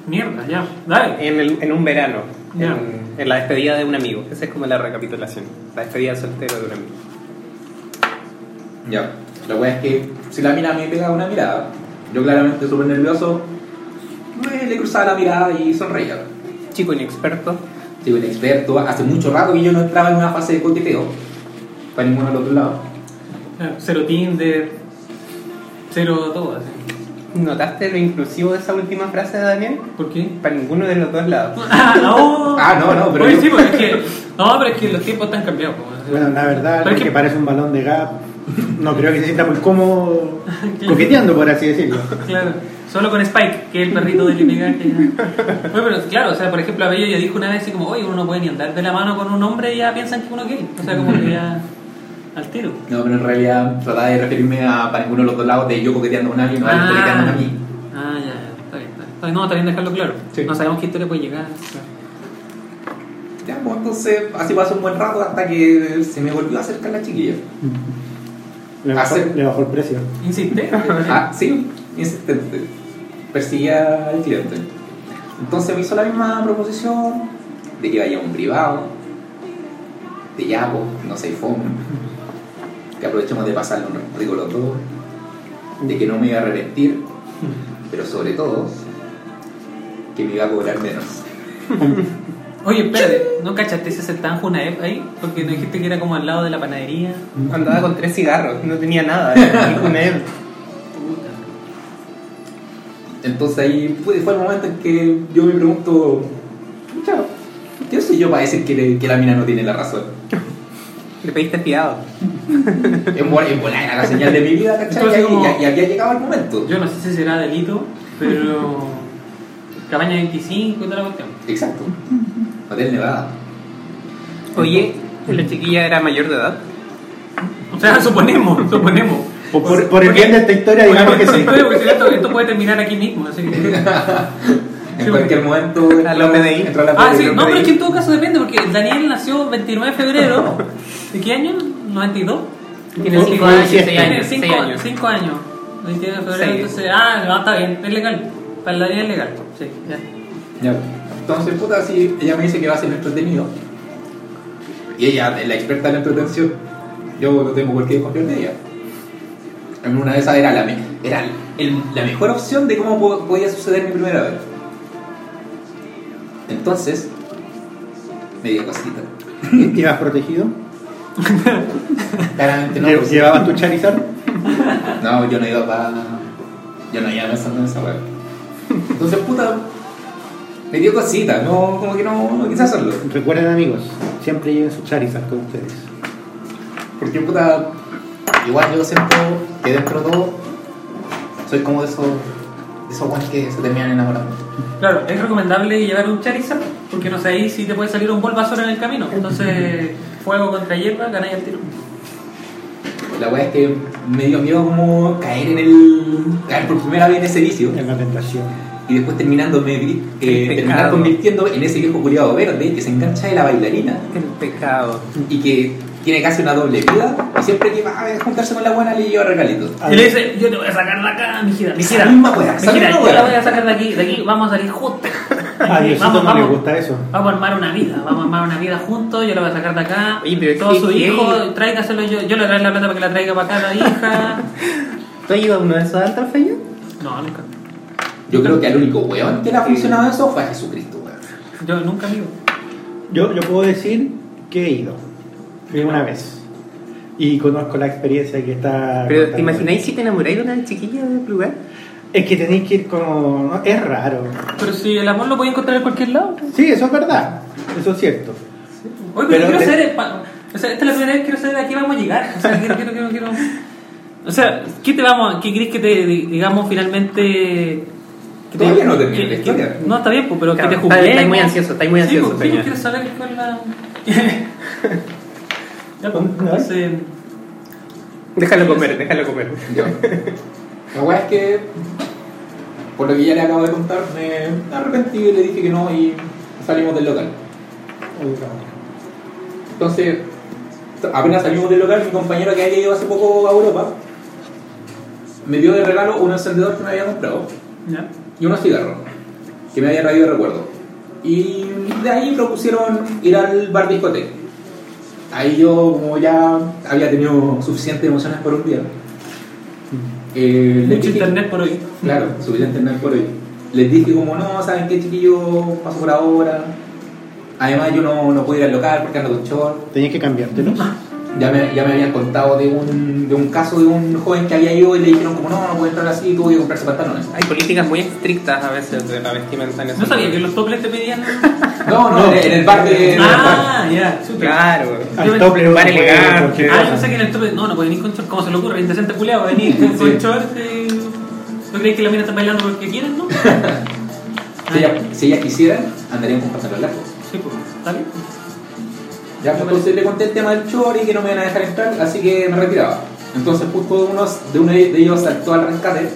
Mierda, ya. Dale. En, el- en un verano. Ya. En, en la despedida de un amigo. Esa es como la recapitulación. La despedida soltero de un amigo. Ya. La wea es que si la mina me pegaba una mirada, yo claramente súper nervioso, me- le cruzaba la mirada y sonreía. Chico inexperto. Digo, el experto, hace mucho rato que yo no entraba en una fase de coqueteo para ninguno de los dos lados. Claro, Cero Tinder, cero todo. así. ¿Notaste lo inclusivo de esa última frase de Daniel? ¿Por qué? Para ninguno de los dos lados. Ah, no. Ah, no, no, pero Oye, yo- sí, pues, es que, no, pero es que los tiempos están cambiados. pues. Bueno, la verdad, Pero es que... que- parece un balón de gap, no creo que se sienta muy cómodo coqueteando, por así decirlo. Claro, solo con Spike, que es el perrito de Lady Gaga. que- Bueno, pero claro, o sea, por ejemplo, Abello ya dijo una vez así como, oye, uno no puede ni andar de la mano con un hombre y ya piensan que uno quiere. O sea, como que ya al tiro. No, pero en realidad trataba de referirme a para ninguno de los dos lados de yo coqueteando con alguien, no alguien coqueteando ah, a mí. ah, ya, ya, está bien, está bien. Está bien, No, está bien dejarlo claro. Sí. No sabemos qué historia puede llegar. Ya, pues entonces así pasó un buen rato hasta que se me volvió a acercar la chiquilla. Le bajó, Hace- le bajó el precio. Insiste. Ah, sí, insistente. Perseguía al cliente. Entonces me hizo la misma proposición de que vaya a un privado, de ya, pues, no sé, fome, que aprovechemos de pasarlo un rico los dos, de que no me iba a arrepentir, pero sobre todo, que me iba a cobrar menos. Oye, espérate, ¿no cachaste si aceptaban Junaep ahí? Porque no dijiste que era como al lado de la panadería. Andaba con tres cigarros, no tenía nada. era un él. Puta. Entonces ahí pues, fue, fue el momento en que yo me pregunto, "Pucha, ¿quién soy yo para decir que, le- que la mina no tiene la razón? Le pediste fiado. En bola, en bola, era la señal de mi vida, ¿cachai? Entonces, y, como- y- y había llegado el momento. Yo no sé si será delito, pero. Cabaña 25 y toda la cuestión. Exacto. Hotel Nevada. Oye, la chiquilla era mayor de edad. O sea, suponemos, suponemos. Por, por- por el bien de esta historia, digamos que sí. Porque si no, esto, esto puede terminar aquí mismo, así que. En Sí, cualquier momento. A la OPDI. entró la Ah, OPDI. sí, no, pero es que en todo caso depende, porque Daniel nació 29 de febrero. ¿De qué año? ¿92? Tiene cinco Ojo, años, siete. seis años. Cinco seis años. 5 años. 29 de febrero, Seis. entonces. Ah, no, está bien, es legal. Para la ley es legal, sí, ya. Ya. Entonces, puta, sí, ella me dice que va a ser entretenido. Y ella es la experta en la entretención. Yo no tengo por qué desconfiar de ella. En una de esas era la, me- era el- la mejor opción de cómo po- podía suceder mi primera vez. Entonces, media cosita. ¿Ibas protegido? Claramente no. Lle- pues, ¿Llevabas tu Charizard? No, yo no iba para. Yo no iba pensando en esa web. Entonces, puta. Me dio cosita, no, como que no, no quise hacerlo. Recuerden, amigos, siempre lleven su Charizard con ustedes. Porque, puta. Igual yo siento que dentro de todo. Soy como de esos. De esos weones que se terminan enamorando. Claro, es recomendable llevar un Charizard porque no sabéis si te puede salir un Bulbasaur en el camino. Entonces, fuego contra hierba, ganáis el tiro. La wea es que me dio miedo como caer en el. caer por primera vez en ese vicio. En la tentación. Y después terminando me vi- eh, Qué terminar pecado. convirtiéndome en ese viejo culiado verde que se engancha de la bailarina. El pecado. y que tiene casi una doble vida y siempre que va a juntarse con la buena le lleva regalitos. A Y le ver, dice, yo te voy a sacar de acá, mi gira, mi Esa gira. misma wea, esa Mi gira, misma yo la wea. voy a sacar de aquí, de aquí, vamos a salir juntos. a Aquí, Diosito no le gusta eso. Vamos a armar una vida, vamos a armar una vida juntos, yo la voy a sacar de acá. Oye, pero Todo qué- su qué- hijo, tráigaselo yo, yo le traigo la plata para que la traiga para acá la hija. ¿Tú has ido a uno de esos altos feños? No, nunca. Yo creo que al único weón que le ha funcionado eso fue a Jesucristo, weón. Yo nunca vivo. Yo, yo puedo decir que he ido. Fui una vez. Y conozco la experiencia que está. Pero contando. ¿te imagináis si te enamoráis de una chiquilla de lugar? Es que tenéis que ir como. no, es raro. Pero si el amor lo puede encontrar en cualquier lado. Sí, eso es verdad. Eso es cierto. Oye, pero, Pero quiero te- saber, pa- o sea, esta es la primera vez que quiero saber a qué vamos a llegar. O sea, quiero, quiero, quiero, quiero- O sea, ¿qué te vamos a- qué crees que te di- digamos finalmente? que te- Todavía no termina que- la historia. que- No, está bien, pues, pero Claro, que te está- juzguemos. está muy ansioso, está muy Sí, ansioso, pues, sí, Peña. quiero saber cuál la. ya, pues, ¿Cómo? entonces, Déjalo comer, déjalo comer. Yo. La weá es que, por lo que ya le acabo de contar, me arrepentí y le dije que no y salimos del local. Entonces, apenas salimos del local, mi compañero que había ido hace poco a Europa me dio de regalo un encendedor que me había comprado ya. y unos cigarros. que me había traído de recuerdo. Y de ahí propusieron ir al bar discoteca. Ahí yo, como ya había tenido suficientes emociones por un día, eh, les Mucho dije- internet por hoy. Claro, suficiente internet por hoy. Les dije como, no, ¿saben qué, chiquillo? Paso por ahora. Además, yo no, no puedo ir al local porque ando con short. Tenías que cambiártelos. Ya me, ya me habían contado de un, de un caso de un joven que había ido y le dijeron como, no, no puede entrar así, tuvo que comprarse pantalones. Hay políticas muy estrictas a veces de la vestimenta en ese No sabía que momento. los toples te pedían. No, no, No. en el- en el bar de... en el bar. ah, ya, súper. Claro, Yo me- Al tople uno Van puede elegante. cualquier Ah, cosa. yo pensé que en el tople. No, no podía venir con short. ¿Cómo se le ocurre? Indecente culiado, venir con Sí. short. eh, ¿No creéis que la mina está bailando porque quieren, no? Ah, Si ellas si ella quisiera, andarían con pantalones largos. Sí, pues, ¿está bien? Ya pues, entonces le conté el tema del chori que no me iban a dejar entrar, así que me retiraba. Entonces justo uno de uno de ellos saltó al rescate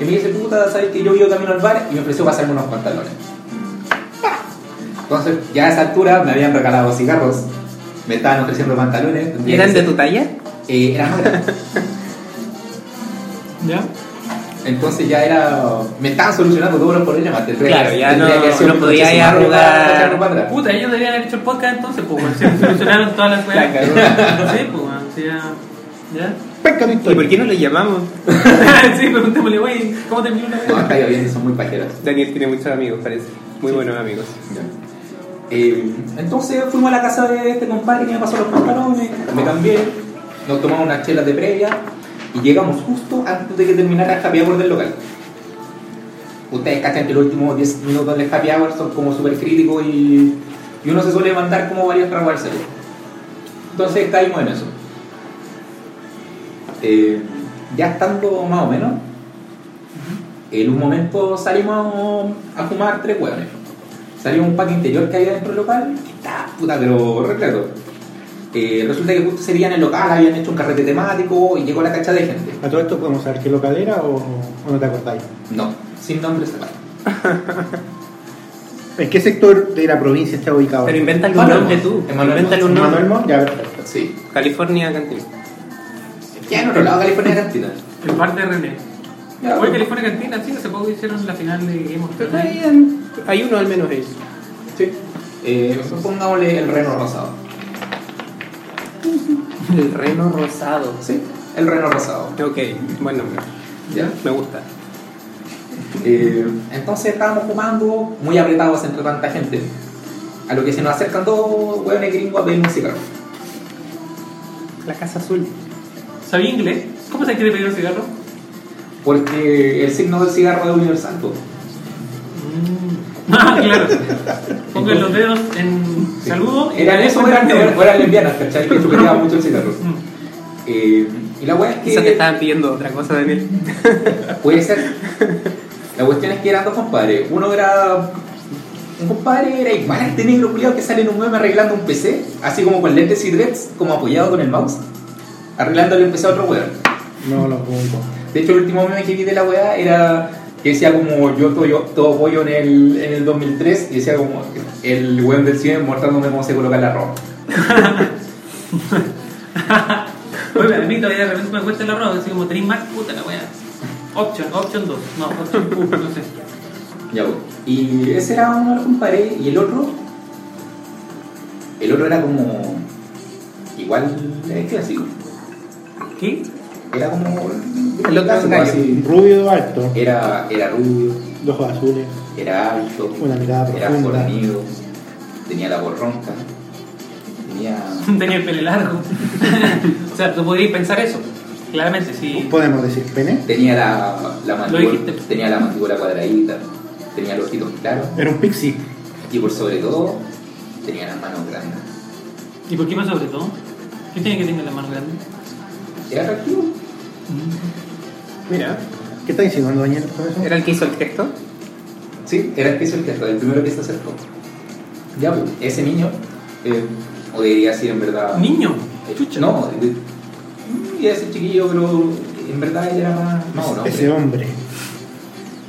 y me dice, puta, sabes que yo vivo camino al bar y me ofreció pasarme unos pantalones. ¡Pah! Entonces ya a esa altura me habían regalado cigarros, me estaban ofreciendo pantalones. tendría ¿Eran que de ser- tu talla? Eh, eran negras. ¿Ya? Entonces ya era... Me estaban solucionando todos los problemas. tendría Claro, que- ya no- tendría que haber sido no un podía coche ya sumario para jugar. echarlo para atrás. Puta, ellos deberían haber hecho el podcast entonces, pues, bueno, se solucionaron todas las La weas. cagó. Sí, pues, bueno, sí, ya. ¿Ya? Pesca tu ¿Y por historia. qué no le llamamos? sí, preguntémosle, wey, ¿cómo terminó una No, wea? está lloviendo y son muy pajeras. Daniel tiene muchos amigos, parece. Muy buenos amigos. Eh, entonces fuimos a la casa de este compadre que me pasó los pantalones, me cambié, nos tomamos unas chelas de previa y llegamos justo antes de que terminara el happy hour del local. Ustedes cachan que los últimos 10 minutos del happy hour son como súper críticos y, y uno se suele mandar como varios tragos al cerebro. Entonces caímos en eso. Eh, ya estando más o menos, en un momento salimos a fumar tres hueones. Salió un pack interior que había dentro del local, que estaba puta, pero repleto. Eh, resulta que justo ese día en el local habían hecho un carrete temático y llegó la cacha de gente. ¿A todo esto podemos saber qué local era o, o no te acordáis? No, sin nombre se va. ¿En qué sector de la provincia está ubicado? Pero invéntale un Manuel nombre Montt. tú. Emanuel Invéntale un Manuel nombre. Montt, ya perfecto. Sí. California Cantina. Ya en otro lado, California Cantina. El bar de René. Ya, Hoy California Cantina, sí, hace poco hicieron la final de Game of Pero Thrones. hay, en- hay uno al menos ahí. Sí. Eh, pongámosle el reno rosado. El reno rosado. Sí, el reno rosado. Ok, buen nombre. ¿Ya? Me gusta. Eh, entonces estábamos fumando muy apretados entre tanta gente. A lo que se nos acercan dos hueones gringos a pedir un cigarro. La Casa Azul. ¿Sabía inglés? ¿Cómo se quiere pedir un cigarro? Porque el signo del cigarro es universal. po. Ah, claro. Pongan los dedos en saludo. y- Eran eso, eran, eran, eran lesbianas, ¿cachai? Que chupeteaban mucho el cigarro. Mm. Eh, y la hueá es Quizás te que. estaban pidiendo otra cosa, Daniel. Puede ser. La cuestión es que eran dos compadres. Uno era. Un compadre era igual a este negro culiado que sale en un meme arreglando un PC, así como con lentes y dreads, como apoyado con el mouse, arreglándole el PC a otro weón. No lo pongo. De hecho, el último meme que vi de la weá era que decía como yo todo, yo, todo pollo en el, en el 2003 y decía como el weón del cine mostrándome cómo se coloca la ropa. Oye, a mí todavía de repente me cuesta el arroz, así como tenéis más puta la wea. Option, option 2. No, option uh, no sé. Ya, pues. Y ese era uno de los compadres y el otro. El otro era como. Igual es clásico. ¿Qué? Era como. El otro clásico, gallo. así. Rubio alto, Era, era rubio, dos ojos azules. era alto, Una mirada era profunda. fornido, tenía la voz ronca, tenía. Tenía el pelo largo. o sea, tú podrías pensar eso. Claramente, sí. Podemos decir pene. Tenía la, la dijiste. mandíbula, tenía la mandíbula cuadradita, tenía los ojitos claros Era un pixie. y por sobre todo tenía las manos grandes. ¿Y por qué más sobre todo? ¿Qué tiene que tener la mano grande? Era atractivo. Mira. ¿Qué está insinuando Daniel con eso? ¿Era el que hizo el texto? Sí, era el que hizo el gesto, el primero que se acercó. Ya, pues, ese niño, eh, o debería decir en verdad. Niño. eh, Chucha. No, de- y ese chiquillo, pero en verdad él era más. No, no, Ese hombre.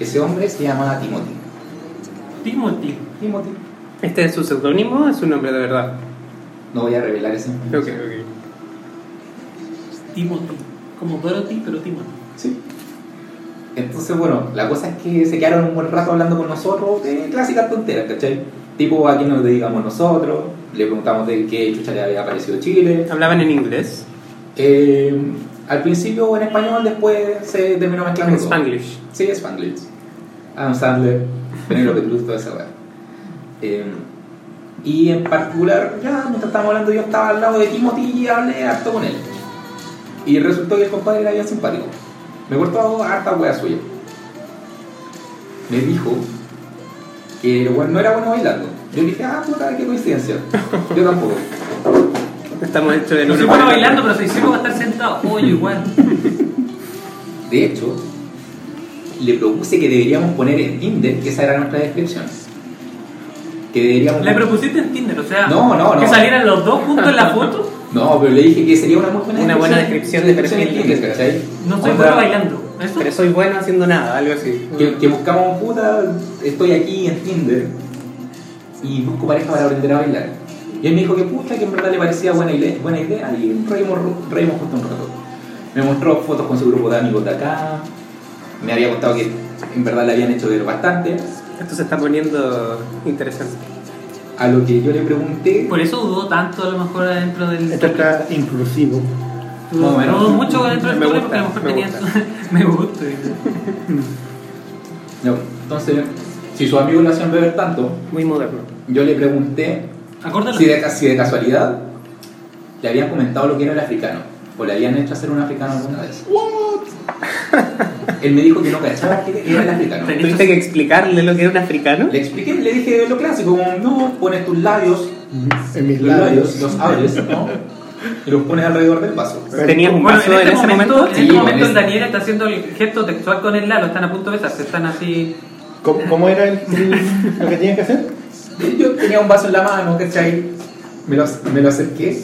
Ese hombre se llamaba Timothy. Timothy. Timothy. ¿Este es su seudónimo o es su nombre de verdad? No voy a revelar ese Ok, nombre. ok. Timothy. Como Dorothy, pero Timothy. Sí. Entonces, bueno, la cosa es que se quedaron un buen rato hablando con nosotros de clásicas tonteras, ¿cachai? Tipo, a quién nos dedicamos nosotros, le preguntamos de qué chucha le había parecido Chile. Hablaban en inglés, Eh, al principio en español, después se terminó mezclando en todo. spanglish. Sí, es Spanglish. Adam Sandler, Penélope Cruz, toda esa weá. Eh, y en particular, ya mientras estábamos hablando, yo estaba al lado de Timothy y hablé harto con él. Y resultó que el compadre era bien simpático. Me cortó harta weá suya. Me dijo que el weón no era bueno bailando. Yo dije, ah, puta, qué coincidencia. Yo tampoco. Estamos hechos en No soy una bueno bailando, pero soy ciego para estar sentado. Oye, igual. De hecho, le propuse que deberíamos poner en Tinder, que esa era nuestra descripción. Que deberíamos Le propusiste en Tinder, o sea, No, no, no. que salieran los dos juntos en la foto. No, pero le dije que sería una muy buena Una buena descripción de en perfil. Tinder, ¿cachai? No soy Onda, bueno bailando. ¿Eso? Pero soy bueno haciendo nada, algo así. Mm. Que, que buscamos, puta, estoy aquí en Tinder y busco pareja para aprender a bailar. Y él me dijo que puta, que en verdad le parecía buena idea, buena idea y reímos, reímos justo un rato. Me mostró fotos con su grupo de amigos de acá, me había contado que en verdad le habían hecho ver bastante, Esto se está poniendo interesante. a lo que yo le pregunté, Por eso dudó tanto a lo mejor adentro del... Esto está inclusivo. Dudó Más o menos. dudó mucho adentro del Me sobre gusta, porque a lo mejor me tenía... su- me gusta. dice. no, entonces, si su amigo lo hacían beber tanto, Muy moderno. yo le pregunté Acuérdalo. Si de, ca- si de casualidad le habían comentado lo que era el africano, o le habían hecho hacer un africano alguna vez. Él me dijo que no cachaba que era el africano. Tenía- ¿Tuviste que explicarle lo que era un africano? Le expliqué, le dije lo clásico, como no, pones tus labios, En mis los labios, labios. los abres, ¿no? Y los pones alrededor del vaso. ¿Tenías un Bueno, en vaso este, en ese momento, momento? en este Sí, momento en el este- Daniel está haciendo el gesto textual con el Lalo, están a punto de besarse, están así... ¿Cómo, cómo era el- el- lo que tenías que hacer? Yo tenía un vaso en la mano, ¿cachai? Me lo, me lo acerqué.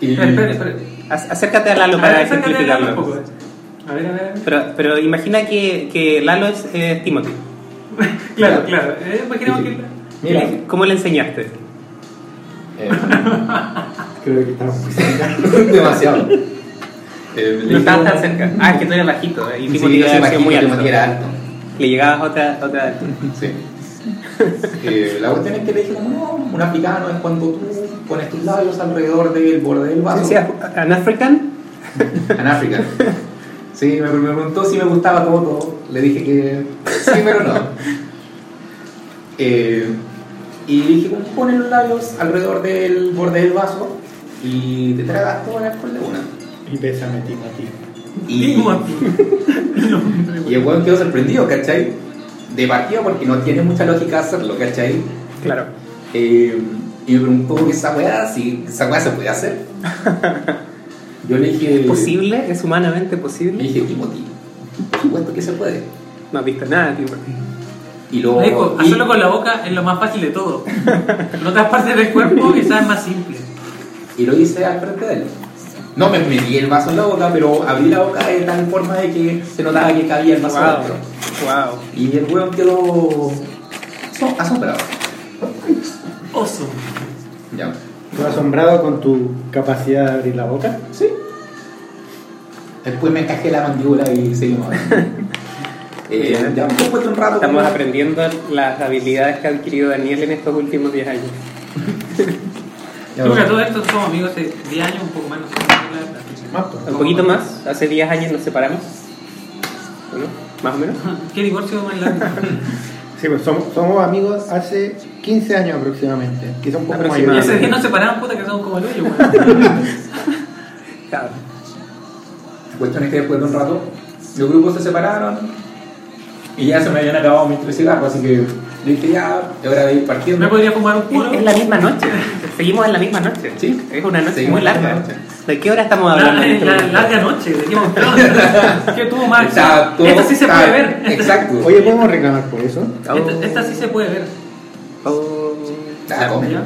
Y Espera, espera, espera. Ac- Acércate a Lalo A para ver, acércate a Lalo un poco. simplificarlo. A ver, a ver, a ver. Pero, pero imagina que, que Lalo es eh, Timothy. Claro, Ya. claro. Eh, imaginemos que... Mira, ¿Cómo le enseñaste? eh, Creo que estamos muy cerca. demasiado. Eh, le No estabas tan dije- cerca. Ah, es que tú eras bajito eh, y Sí, Timothy yo soy era bajito, muy yo me alto. era alto. Le llegabas otra, otra altura. Sí. Eh, la cuestión es que le dije, como, no, un africano es cuando tú pones tus labios alrededor del borde del vaso. Sí, ¿An African? En África. Sí, me, me preguntó si me gustaba todo. Le dije que sí, pero no. Eh, y le dije, como, pones los labios alrededor del borde del vaso y te tragas todo el alcohol de una. Y pésame, Timothy. Y, y el weón quedó sorprendido, ¿cachai? De partida porque no tiene mucha lógica hacerlo, ¿cachai? Claro. Eh, y me preguntó que esa weá, si esa weá se puede hacer. Yo le dije. ¿Es posible? ¿Es humanamente posible? Le dije, Timothy, por supuesto que se puede. No has visto nada, Timothy. Y luego. Dijo, y- hacerlo con la boca es lo más fácil de todo. En otras partes del cuerpo quizás es más simple. y lo hice al frente de él. No me metí el vaso en la boca, pero abrí la boca de tal forma de que se notaba que cabía el vaso Wow. dentro. Wow. Y el weón quedó. so- asombrado. Oso. Ya. ¿Estás asombrado con tu capacidad de abrir la boca? Sí. Después me encajé la mandíbula y seguimos. hablando. eh, ya, después de un rato. Estamos como- aprendiendo las habilidades que ha adquirido Daniel en estos últimos 10 años. Ya, Creo que a todo esto somos amigos de 10 años, un poco menos. Más, pues. Un poquito más, hace 10 años nos separamos. ¿O no? ¿Más o menos? ¿Qué divorcio más largo? Sí, pues somos, somos amigos hace 15 años aproximadamente. Quizá un poco Y mayor. Aproximadamente. ese día nos separaron, puta, que somos como el hoyo, weón. Claro. La cuestión es que después de un rato los grupos se separaron y ya se me habían acabado mis tres cigarros, así que yo dije ya, es hora de ir partiendo. Me podría fumar un puro. Es, es la misma noche. Seguimos en la misma noche. Sí. Es una noche muy Seguimos en la larga. misma noche. ¿De qué hora estamos La, hablando? la- en este la momento? larga noche de Game of Thrones. Que tuvo más. Está todo- Esta sí se puede está- ver. Exacto. Oye, ¿podemos reclamar por eso? Esta, esta sí se puede ver. Oh, Ah, come. ¿Ya?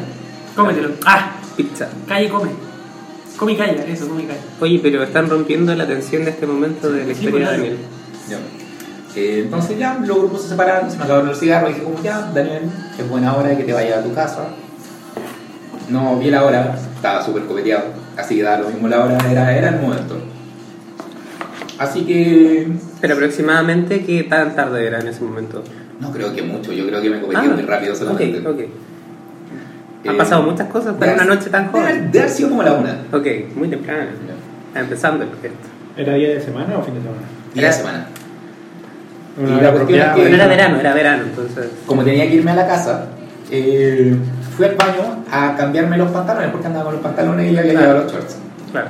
Cómetelo. Ah, pizza. calle come. Come y calla, eso, come y calla. Oye, pero están rompiendo la tensión de este momento de la Sí, historia de claro. Daniel. Ya. Eh, entonces ya los grupos se separaron, se me acabaron los cigarros y dije como ya, Daniel, es buena hora de que te vayas a tu casa. No vi la hora, estaba súper copeteado, así que daba lo mismo la hora, era, era el momento. Así que Pero aproximadamente, ¿qué tan tarde era en ese momento? no creo que mucho, yo creo que me cometió muy rápido solamente. Ah, Ok, ok. Han Eh, pasado muchas cosas para de- una noche tan de- joven. De haber sido como la una. Ok, muy temprano. Está empezando el proyecto. ¿Era día de semana o fin de semana? Y la Era- semana. Una Y hora la cuestión es que- apropiada para Pero ir era a- verano, era verano, entonces. Como tenía que irme a la casa, eh, fui al baño a cambiarme los pantalones, porque andaba con los pantalones y había Claro. llevado los shorts. Claro.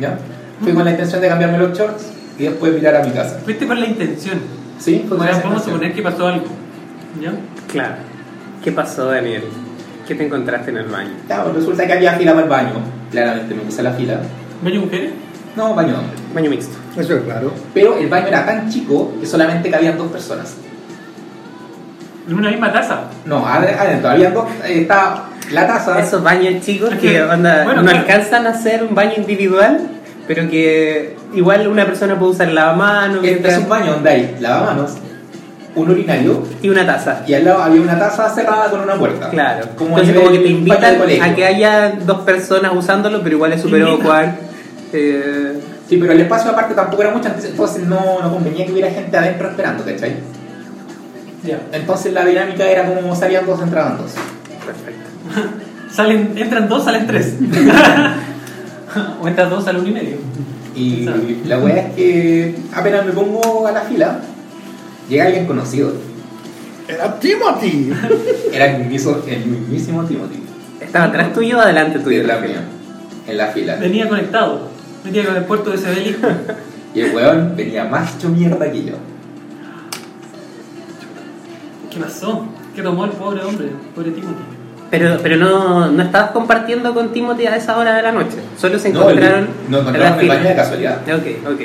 ¿ya? Fui con la intención de cambiarme los shorts y después mirar a mi casa. Fuiste con la intención. ¿Sí? Pues Fue con Ahora esa vamos a intención. suponer que pasó algo. ¿Ya? Claro. ¿Qué pasó, Daniel? ¿Qué te encontraste en el baño? Claro, resulta que había fila para el baño. Claramente me puse a la fila. ¿Baño mujeres? No, baño de hombre. Baño mixto. Eso es claro. Pero el baño era tan chico que solamente cabían dos personas. En una misma taza. No, ad- adentro, habían dos. eh, Estaba la taza. Esos baños chicos Es que- que onda, bueno, no claro. alcanzan a hacer un baño individual, pero que igual una persona puede usar lavamanos Este es mientras- un baño donde hay lavamanos, un urinario y una taza. y al lado había una taza cerrada con una puerta. Claro. Como Entonces nivel como que te baño de invitan colegio. a que haya dos personas usándolo, pero igual es súper Invita. awkward. Eh, Sí, pero el espacio aparte tampoco era mucho, entonces- entonces no, no convenía que hubiera gente adentro esperando, ¿cachai? Ya. Entonces la dinámica era como salían dos, entraban dos. perfecto. Salen, entran dos, salen tres. o entran dos, sale uno y medio. Y Exacto. la weá es que apenas me pongo a la fila, llega alguien conocido. Era Timothy. Era el mismísimo, el mismísimo Timothy, ¿Estaba atrás tuyo o adelante tuyo? de la mía, en la fila. Venía conectado. Venía con el puerto de Sebelico. Y el weón venía más hecho mierda que yo. ¿Qué pasó? ¿Qué tomó el pobre hombre? Pobre Timothy. Pero, pero no, no estabas compartiendo con Timothy a esa hora de la noche. Solo se No, el- encontraron nos en la encontramos en el fila. baño de casualidad. Ok, ok.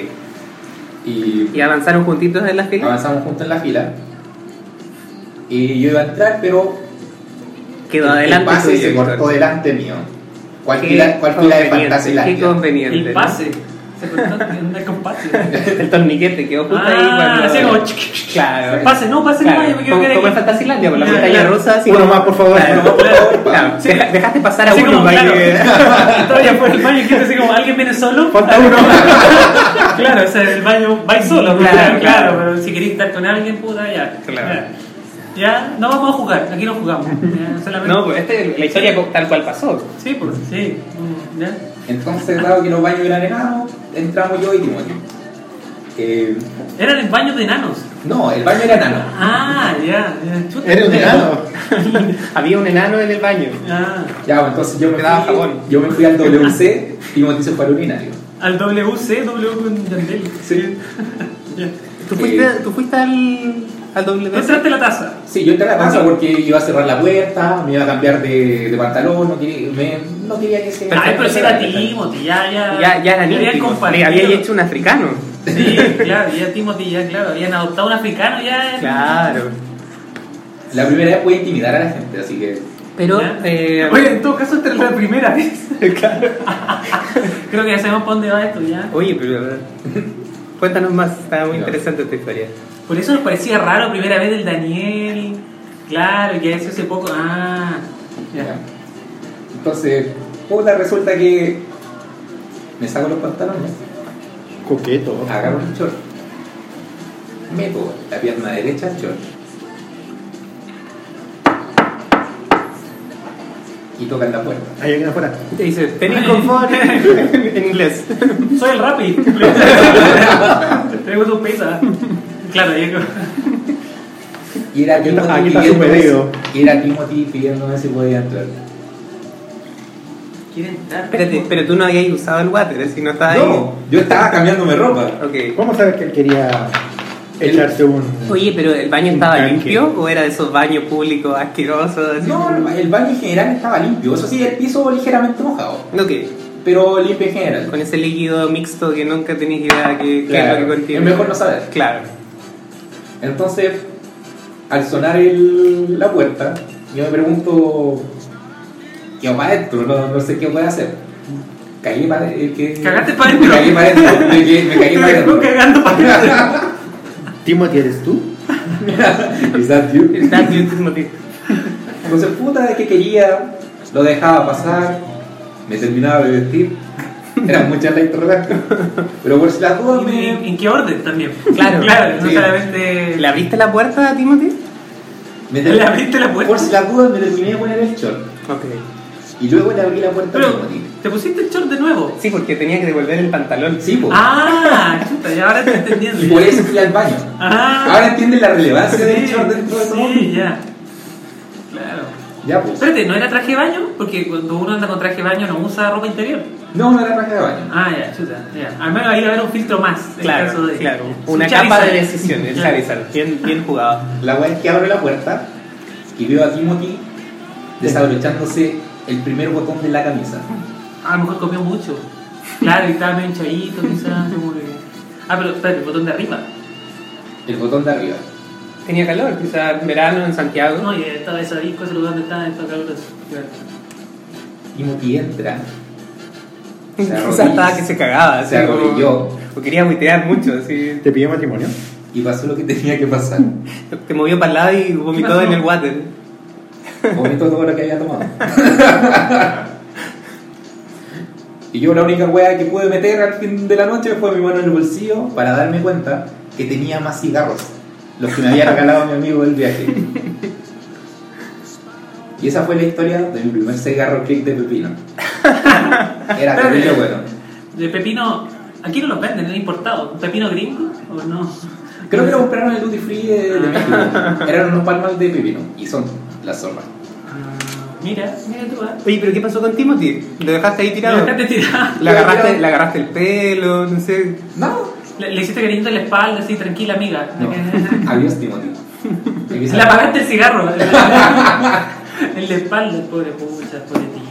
Y ¿Y avanzaron juntitos en la fila? avanzamos juntos en la fila. Y yo iba a entrar, pero Quedó el- el adelante pase tuyo, se Víctor. cortó delante mío. ¿Cuál Qué fila, cuál fila de conveniente, Qué Fantasylandia? conveniente. El ¿no? pase. Se cortó en el compase. El torniquete quedó justo ahí Ah, cuando... así como- Claro. Pase, no, pase, Claro, no, yo me quiero como, quedar como en aquí. Fantasylandia, por la Claro, pantalla claro. rusa, así Uno como- más, por favor. Claro. Uno más. Claro, deja- dejaste pasar a Así uno como, para claro. que- Todavía fue el baño y gente así como, ¿alguien viene solo? Falta uno. Claro, o sea, el baño vais solo, pues, claro, Claro, claro, claro. pero si queréis estar con alguien, puta, ya. Claro. Ya, Ya, no vamos a jugar, aquí no jugamos. Ya, solamente- No, pues esta es la historia co- tal cual pasó. Sí, pues, sí. mm, Ya. Entonces, dado que los baños eran enanos, entramos yo y Timothy. Eh, Eran en baños de enanos. no, el baño era enano. Ah, ya, ya. Chuta. Era un enano. Había un enano en el baño. Ah, Ya, bueno, entonces yo me, Me daba fui, jabón. yo me fui al WC y Timothy se fue al urinario. al WC, W con Yandel. Sí. Ya. ¿Tú Sí. fuiste, tú fuiste al, al doble Tú entraste a la taza. Sí, yo entré a la casa porque iba a cerrar la puerta, me iba a cambiar de, de pantalón, no quería, me- no quería que se... Ay, pero si era Timothy, ya, ya. Ya, ya era habían nítido. Le compartido. había hecho un africano. Sí, claro, ya Timothy, ya, claro. Habían adoptado un africano, ya. Claro. La primera vez pude intimidar a la gente, así que... Pero, Ya. eh, Oye, en todo caso, esta es la primera vez. Creo que ya sabemos para dónde va esto, ya. oye, pero cuéntanos más, está muy Ya. interesante esta historia. Por eso nos parecía raro, primera vez del Daniel. Claro, que eso hace poco. Ah, Ya. ya. Entonces, puta, resulta que me saco los pantalones, Coqueto. agarro un short, meto la pierna derecha al short y tocan la puerta. Hay alguien afuera. Te dice, tenis confort en inglés. Soy el Rappi. Tengo tu pizza. Claro, Diego. Y era Aquí está- Timothy aquí está su pidiéndome pedido. si- y era Timothy pidiéndome si podía entrar. ¿Quieren entrar? Espérate, pero tú no habías usado el water, ¿eh? si no estaba No, yo estaba cambiándome ropa. ahí. Ok. ¿Cómo sabes que él quería echarse un. Oye, pero ¿el baño Un estaba tanque. limpio o era de esos baños públicos asquerosos? así? No, el ba- el baño en general estaba limpio, eso sí, el piso ligeramente mojado, Ok, pero limpio en general. con ese líquido mixto que nunca tenés idea que, qué es Claro, lo que contiene. es mejor no saber. Claro. Entonces, al sonar el- la puerta, yo me pregunto, ¿qué va adentro? No, no sé qué voy a hacer. Cagué para que Cagaste pa' dentro. Me cagué para adentro. Me, que- me cagué Te para dejó adentro. cagando para atrás. Timothy, ¿eres tú? Is that you? Está limpio, tío. Entonces, puta, de que quería, lo dejaba pasar, me terminaba de vestir Eran muchas las interrogantes. Pero por si las dudas ¿Y me- ¿En, en qué orden también? Claro. claro, no Sí. solamente. ¿Le abriste la puerta a Timothy? me ¿Le abriste la puerta? Por si las dudas me terminé de poner el short. Ok. Y luego le abrí la puerta a Pero, Timothy. ¿te pusiste el short de nuevo? Sí, porque tenía que devolver el pantalón. Sí, po. Ah, chuta, ya ahora estoy Y por entendiendo. eso fui al baño. Ah, Ahora entiende la relevancia sí, del short dentro de todo. Sí, ya. Claro. Ya, pues. Espérate, ¿no era traje de baño? Porque cuando uno anda con traje de baño no usa ropa interior. No, no era traje de baño. Ah, ya, chuta, ya. Al menos ahí va a haber un filtro más. en caso Claro, de- claro. Un Una Charizard. capa de decisión, el Claro. Charizard. Bien, bien jugado. La wea es que abre la puerta y veo a Timothy desabrochándose el primer botón de la camisa. A lo mejor comió mucho. Claro, y estaba medio hinchadito, quizás. como que- Ah, pero espérate, el botón de arriba. El botón de arriba. Tenía calor, quizás verano en Santiago. No, y estaba esa disco, ese lugar donde estaba, estaba caluroso. Timothy entra. Se Quizás estaba que se cagaba. Se así como- arrodilló. O quería muitear mucho, así. ¿Te pidió matrimonio? Y pasó lo que tenía que pasar. Te movió para el lado y vomitó pasó? en el water. Momento todo lo que había tomado. y yo la única wea que pude meter al fin de la noche fue mi mano en el bolsillo para darme cuenta que tenía más cigarros. Los que me había regalado mi amigo del viaje. Y esa fue la historia de mi primer cigarro click de pepino. Era terrible bueno. De pepino, aquí no los venden, no importado. ¿Un pepino gringo o no? Creo que lo compraron en el duty free de, de México. Eran unos palmas de pepino. Y son las zorras. Ah, Mira, mira tú, ah. Oye, pero ¿qué pasó con Timothy? ¿Lo dejaste ahí Lo tirado? dejaste tirado. Le agarraste, le agarraste el pelo, no sé. No. Le, le hiciste cariñito en la espalda, así, tranquila, amiga. no. Adiós, Timothy. Le apagaste el cigarro. en la espalda, pobre pucha, pobre tía.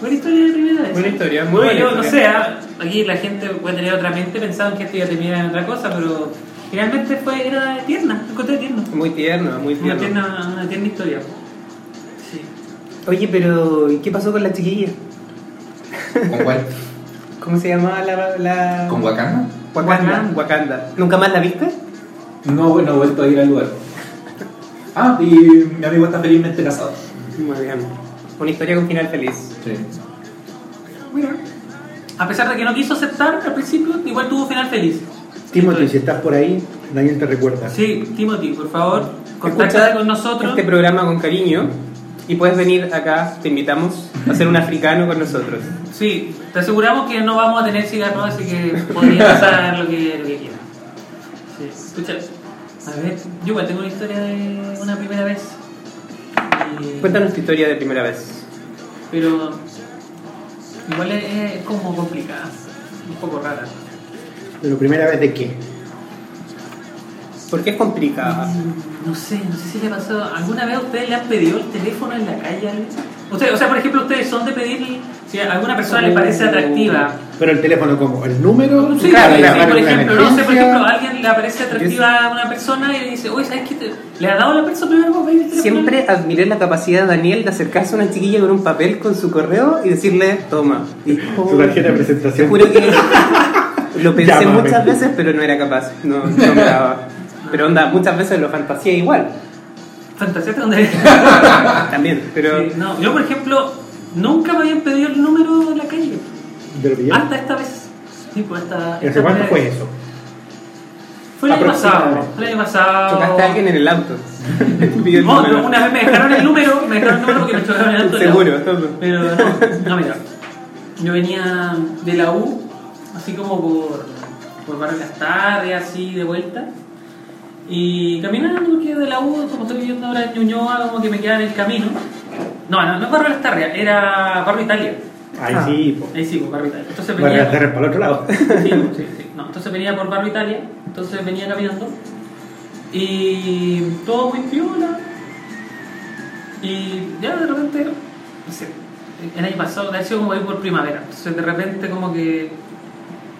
Buena historia de primera vez. Buena historia, muy Bueno, buena yo no historia. sé, ah, aquí la gente puede tener otra mente pensando que esto iba a terminar en otra cosa, pero realmente fue, era tierna, encontré tierno. Muy tierno, muy Una tierno. tierna, una tierna historia. Sí. Oye, pero ¿y qué pasó con la chiquilla? ¿Con cuál? ¿Cómo se llamaba la... la... ¿Con Wakanda? Wakanda, Wakanda. Wakanda. ¿Nunca más la viste? No, no he vuelto a ir al lugar. Ah, y mi amigo está felizmente casado. Muy bien. Una historia con final feliz. Sí. Mira. A pesar de que no quiso aceptar al principio, igual tuvo final feliz. Timothy, si estás por ahí, Daniel te recuerda. Sí, Timothy, por favor, Escucha contáctate con nosotros. Este programa con cariño y puedes venir acá, te invitamos a hacer un africano con nosotros. Sí, te aseguramos que no vamos a tener cigarros, así que podría pasar lo que, lo que quiera. Sí, escucha. A ver, yo igual tengo una historia de una primera vez. Eh, Cuéntanos tu historia de primera vez. Pero igual es, es como complicada, un poco rara. Pero primera vez de qué? Porque es complicada. Mm, No sé, no sé si le ha pasado. ¿Alguna vez a ustedes le han pedido el teléfono en la calle? a alguien? Ustedes, o sea, por ejemplo, ustedes son de pedir, si a alguna persona les parece atractiva, Pero el teléfono como el número. Sí, Claro, sí, claro, por una ejemplo, no sé, por emergencia. ejemplo, a alguien le aparece atractiva a una persona y le dice, oye, ¿sabes qué? Te- ¿Le ha dado la persona primero pues, para pedir el teléfono? Siempre admiré la capacidad de Daniel de acercarse a una chiquilla con un papel con su correo y decirle, toma. Y, Su tarjeta de Te presentación. juro que lo pensé Llámame. muchas veces, pero no era capaz. No, no me daba. Pero onda, muchas veces lo fantasía igual. Fantasía donde... También, pero. Ah. Sí, no, yo, por ejemplo, nunca me habían pedido el número de la calle. ¿De lo que yo? Hasta esta vez. Sí, pues hasta... ¿Y esta hace cuánto vez. fue eso? Fue el año pasado. Aproximadamente. Fue el año pasado. Chocaste a alguien en el auto. Te pidió el No, número. no, una vez me dejaron el número, me dejaron el número porque me chocaron el auto. de la- Seguro, todo. Pero no, no, mira. Yo venía de la U, así como por, por Barrio las tardes, así de vuelta. Y caminando, porque de la U, como estoy viviendo ahora en Ñuñoa, como que me queda en el camino. No, no, no es Barrio las tardes, era Barrio Italia. Ahí Ah. sí, po. Ahí sí, pues, Barrio Italia. Entonces Voy a venía. agarrar para el otro lado. Sí, sí, sí. No, entonces venía por Barrio Italia, entonces venía caminando y todo muy piola. Y ya de repente, no sé, el año pasado, de hecho como voy por primavera, entonces de repente como que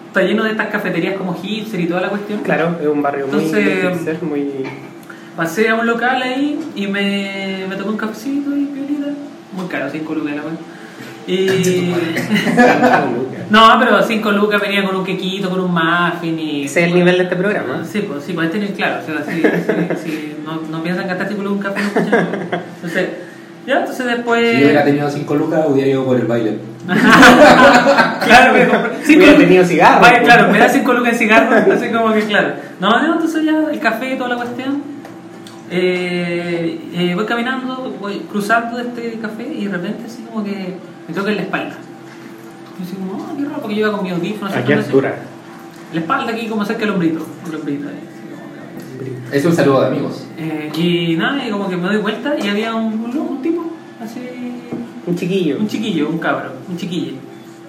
está lleno de estas cafeterías como hipster y toda la cuestión. Claro, es un barrio muy. Entonces- hipster, muy... Pasé a un local ahí y me, me tomé un cafecito y piolita, muy caro, 5 lucas la wea. Y... No, pero 5 lucas venía con un quequito, con un muffin y... Ese es el nivel de este programa. Sí, pues sí, pues tener claro, o sea, si, si- si no, no piensan gastarte con un café, no escuchan. Entonces, ya, entonces Si yo hubiera después. tenido 5 lucas, hubiera ido por el baile. Claro, me compré. cinco Hubiera lucas. tenido cigarro. Vaya, claro, me da 5 lucas en cigarro, así como que claro. No, no, entonces ya el café, toda la cuestión. Eh, eh, voy caminando, voy cruzando este café y de repente así como que me toca en la espalda. Y así como, ah, qué raro, porque yo iba con mi audífono. así, ¿A qué no sé. altura? La espalda aquí como cerca del hombrito. el hombrito, eh, así como que- Es un saludo de amigos. Eh, y nada, y como que me doy vuelta y había un, un, loco, un tipo, así, Un chiquillo. un chiquillo, un cabro, un chiquille.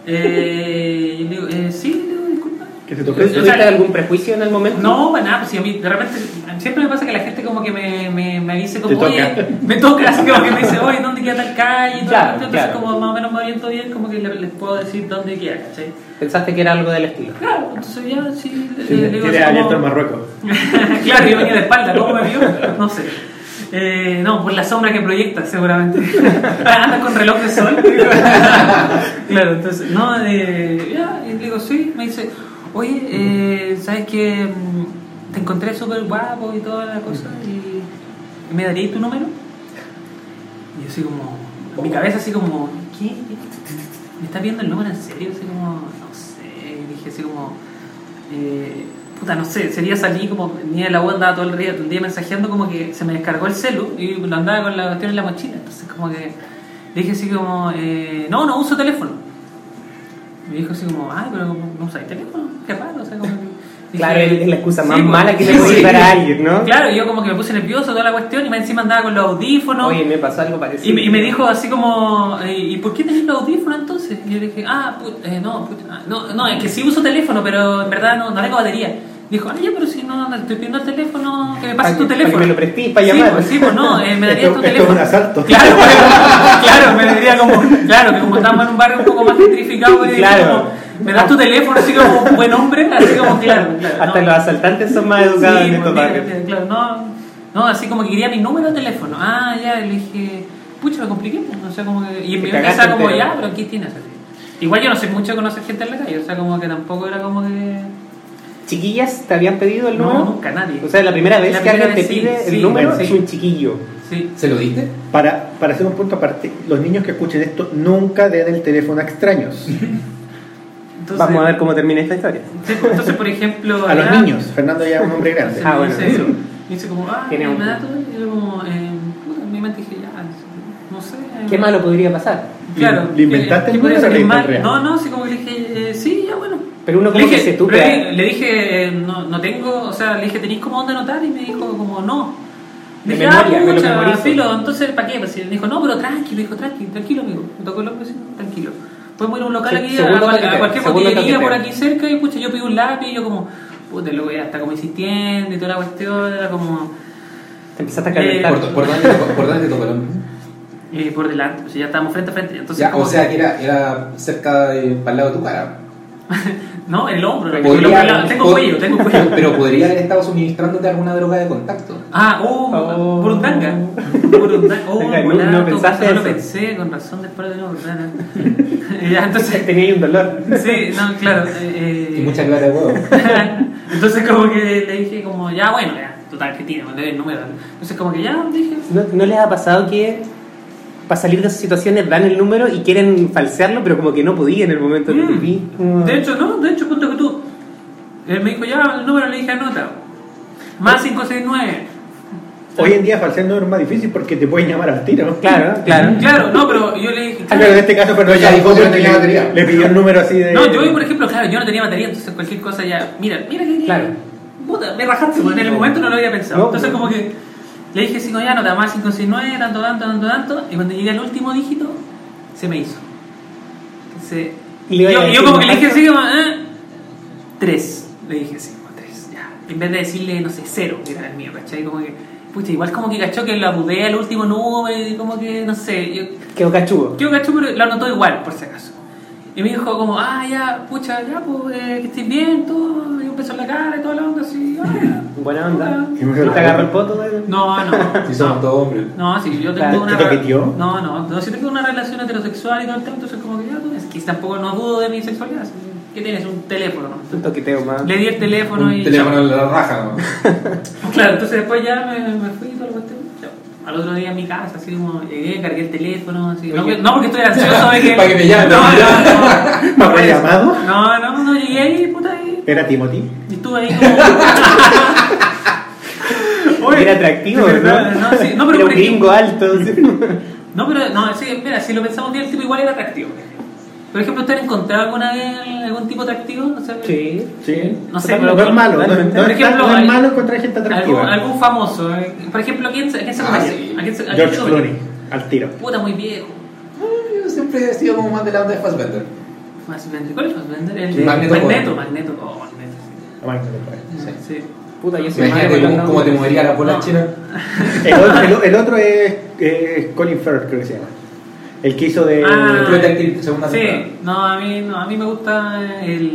Eh, y le digo, eh, sí, le digo, disculpa. Que se te ofrece. O sea, ¿Tuviste algún prejuicio en el momento? No, para nada, pues si a mí de repente siempre me pasa que la gente como que me, me, me dice como, Te toca. oye, me toca, así como que me dice, oye, ¿dónde queda tal calle? Y todo Claro, esto, entonces claro. como más o menos me oriento bien, como que le- les puedo decir dónde queda, ¿cachai? Pensaste que era algo del estilo. Claro, entonces ya sí, le, le digo Tiene así como- abierto en Marruecos. claro, yo venía de espalda, ¿cómo me vio? No sé. Eh, no, por la sombra que proyecta, seguramente. Anda con reloj de sol. claro, entonces, no, eh, ya, y le digo, sí, me dice, oye, eh, ¿sabes qué? Mm, Te encontré súper guapo y toda la cosa, y ¿me darías tu número? Y yo así como, en mi cabeza así como, ¿qué? ¿Me está viendo el número en serio? Así como, no sé, dije así como, eh, puta, no sé, sería salir como, ni de la U andaba todo el día, todo el día mensajeando, como que se me descargó el celu y lo andaba con la cuestión en la mochila. Entonces, como que le dije así como, eh, no, no uso teléfono. Me dijo así como, ay, pero no usáis teléfono, qué raro, o sea, como que. dije- Claro, es la excusa más Sí, pues, mala que le sí, puedes sí. dar a alguien, ¿no? Claro, yo como que me puse nervioso toda la cuestión y más encima andaba con los audífonos. Oye, me pasó algo parecido. Y, me- y me dijo así como, eh, ¿y por qué tenés los audífonos entonces? Y yo le dije, ah, put- eh, no, put- ah, no, no, es que sí uso teléfono, pero en verdad no, no tengo batería. Dijo, ah, ya, pero si no, no, estoy pidiendo el teléfono, que me pases Pa' tu Ah, que- pa' teléfono. que me lo prestís pa' Sí, llamar. pues, sí, pues no, eh, me darías Esto tu esto es teléfono. un asalto. Claro, pero- claro, me diría como, claro, que como estamos en un barrio un poco más gentrificado, me diría Claro. como, me das tu teléfono así como un buen hombre, así como, claro, claro. Hasta no. los asaltantes son más Sí, educados en pues, estos mira, barrios. mira, claro, no, no, así como que quería mi número de teléfono. Ah, ya, le dije, pucha, lo compliqué. pues, o sea, como que- y en Te mi cagaste cabeza como, entero. ya, pero aquí tienes. así. Igual yo no sé mucho de conocer gente en la calle, o sea, como que tampoco era como que... ¿Chiquillas te habían pedido el No, número? nunca, nadie. O sea, la primera vez La que primera alguien te vez, sí, pide sí. el número Bueno, es sí. un chiquillo. Sí, ¿Se lo diste? Para, para hacer un punto aparte, los niños que escuchen esto nunca den el teléfono a extraños. entonces, Vamos a ver cómo termina esta historia. sí, pues, entonces, por ejemplo... A los allá- niños. Fernando ya es un hombre grande. Ah, Ah, bueno, bueno, dice, eso. me dice como, ah, Tiene un- me da todo, y yo como, eh, puta, en mi mente dije, ya, no sé... eh, ¿Qué malo podría pasar? Claro. eh, ¿Le inventaste ¿Qué- el qué número o podría le ser diste el mal? real? No, no, así como que le dije, eh, sí, ya bueno. Pero uno le como que dije, se tupe pero a- le- le dije, eh, no, no tengo, o sea, le dije, ¿tenéis como dónde anotar? Y me dijo, como, no. De dije, memoria, ah, me lo pucha, memorizo. filo, entonces, ¿para qué? Pues, y me dijo, no, pero tranquilo, dijo, tranquilo, tranquilo, amigo. Me tocó el hombre, sí, tranquilo. Podemos ir a un local Se- aquí, a, segundo cual- a toqueteo, cualquier segundo botillería toqueteo. por aquí cerca, y pucha, yo pedí un lápiz, y yo como, puta, luego era hasta como insistiendo y toda la cuestión, era como, Te empezaste a Eh, calentar. Claro. ¿Por, por dónde, te- ¿Por dónde te tocó el hombre? eh, por delante, o sea, ya estábamos frente a frente, entonces, Ya, como o sea, que era, era cerca, de, para el lado de tu cara. no, el hombro, el Podría- hombro, tengo pod- cuello, tengo cuello. Pero podría haber estado suministrándote alguna droga de contacto. Ah, oh, Oh. Burundanga. Burundanga. Oh, Venga, no- volá, no con pensaste razón lo eso. pensé, con razón después de no, ¿verdad? ya, entonces, Tenía ahí un dolor. sí, no, claro. eh, Y mucha clara de huevo. entonces como que le dije como, ya, bueno, ya, total, que tiene, me doy el número. Entonces como que ya, dije, ¿No, no les ha pasado que para salir de esas situaciones dan el número y quieren falsearlo, pero como que no podían en el momento Mm. de pipí? Como- De hecho, no, de hecho, punto que tú. Él me dijo, ya, el número le dije anota. Más 569. Hoy en día falsear no es más difícil porque te pueden llamar al tiro. mm, Claro, claro. Claro, no, pero yo le dije, Ah, pero en este caso Fernando ya Ya, dijo ¿cómo que no tenía batería? le, le pidió el número así de... No, yo hoy, por ejemplo, claro, yo no tenía batería, entonces cualquier cosa ya. Mira, mira que. Claro. Puta, me rajaste, porque en el momento no lo había pensado. No, entonces, no. como que le dije 5 ya, nota más 569, tanto, tanto, tanto, tanto. Y cuando llegué al último dígito, se me hizo. Entonces. ¿Y le iba a yo, decir yo como un que le dije tanto? así, como. 3. Le dije 5, 3, ya. En vez de decirle, no sé, 0, que era el mío, ¿cachai? Como que. Pucha, igual como que cachó que lo abudé al último número y como que, no sé. Yo, Quedó cachudo. yo cacho, pero la anotó igual, por si acaso. Y me dijo como, ah, ya, pucha, ya, pues, eh, que estés bien, todo, me dio un peso en la cara y toda la onda, así, ah, ya. Buena onda. Que me- ¿Te agarró el poto? eh? No, no. Si somos no. todos hombres. No, si yo tengo Claro. una... ¿Te toqueteó? No, no, no, si tengo una relación heterosexual y todo el tema, entonces como que ya, pues, que tampoco no dudo de mi sexualidad. así que, ¿Qué tienes? Un teléfono, Un ¿no? toqueteo más. Le di el teléfono y... Un teléfono en la raja. ¿no? Claro, entonces después ya me, me fui y todo lo cuestión. chao. al otro día en mi casa, así como llegué, cargué el teléfono, así. No, Oye. no porque estoy ansioso de que. Para que me llamen, No, ¿no? no, no. ¿Me habrá llamado? No, no, no, llegué ahí, puta, ahí. Era Timothy. Y estuve ahí como. Oye, Era atractivo, de ¿verdad? verdad, no, sí, no, pero Era un por ejemplo- gringo alto. sí. No, pero, no, sí, mira, si lo pensamos bien, el tipo igual era atractivo. Por ejemplo, ¿usted ha encontrado alguna vez algún tipo atractivo? O sea, Sí. Sí. No sé, pero no es malo. No, no totalmente. está- Por ejemplo, no hay- es malo encontrar gente atractiva. Algún, algún famoso. eh. Por ejemplo, ¿a quién se, a quién se Ah, conoce? sí. ¿A quién se- a quién George se- Clooney, al tiro. Puta, muy viejo. Yo siempre he sido como más de la onda de Fassbender. Fassbender. ¿Cuál es Fassbender? El Sí, de- Magneto. Magneto. Magneto. Oh, Magneto. Sí. Sí. Puta, yo soy Imagínate malo con cómo, los cómo te nombres. movería la bola No. china. El otro, el, el otro es, es Colin Firth, creo que se llama. El que hizo de. Ah. True Detective, segunda temporada. Sí, no, a mí, no, a mí me gusta el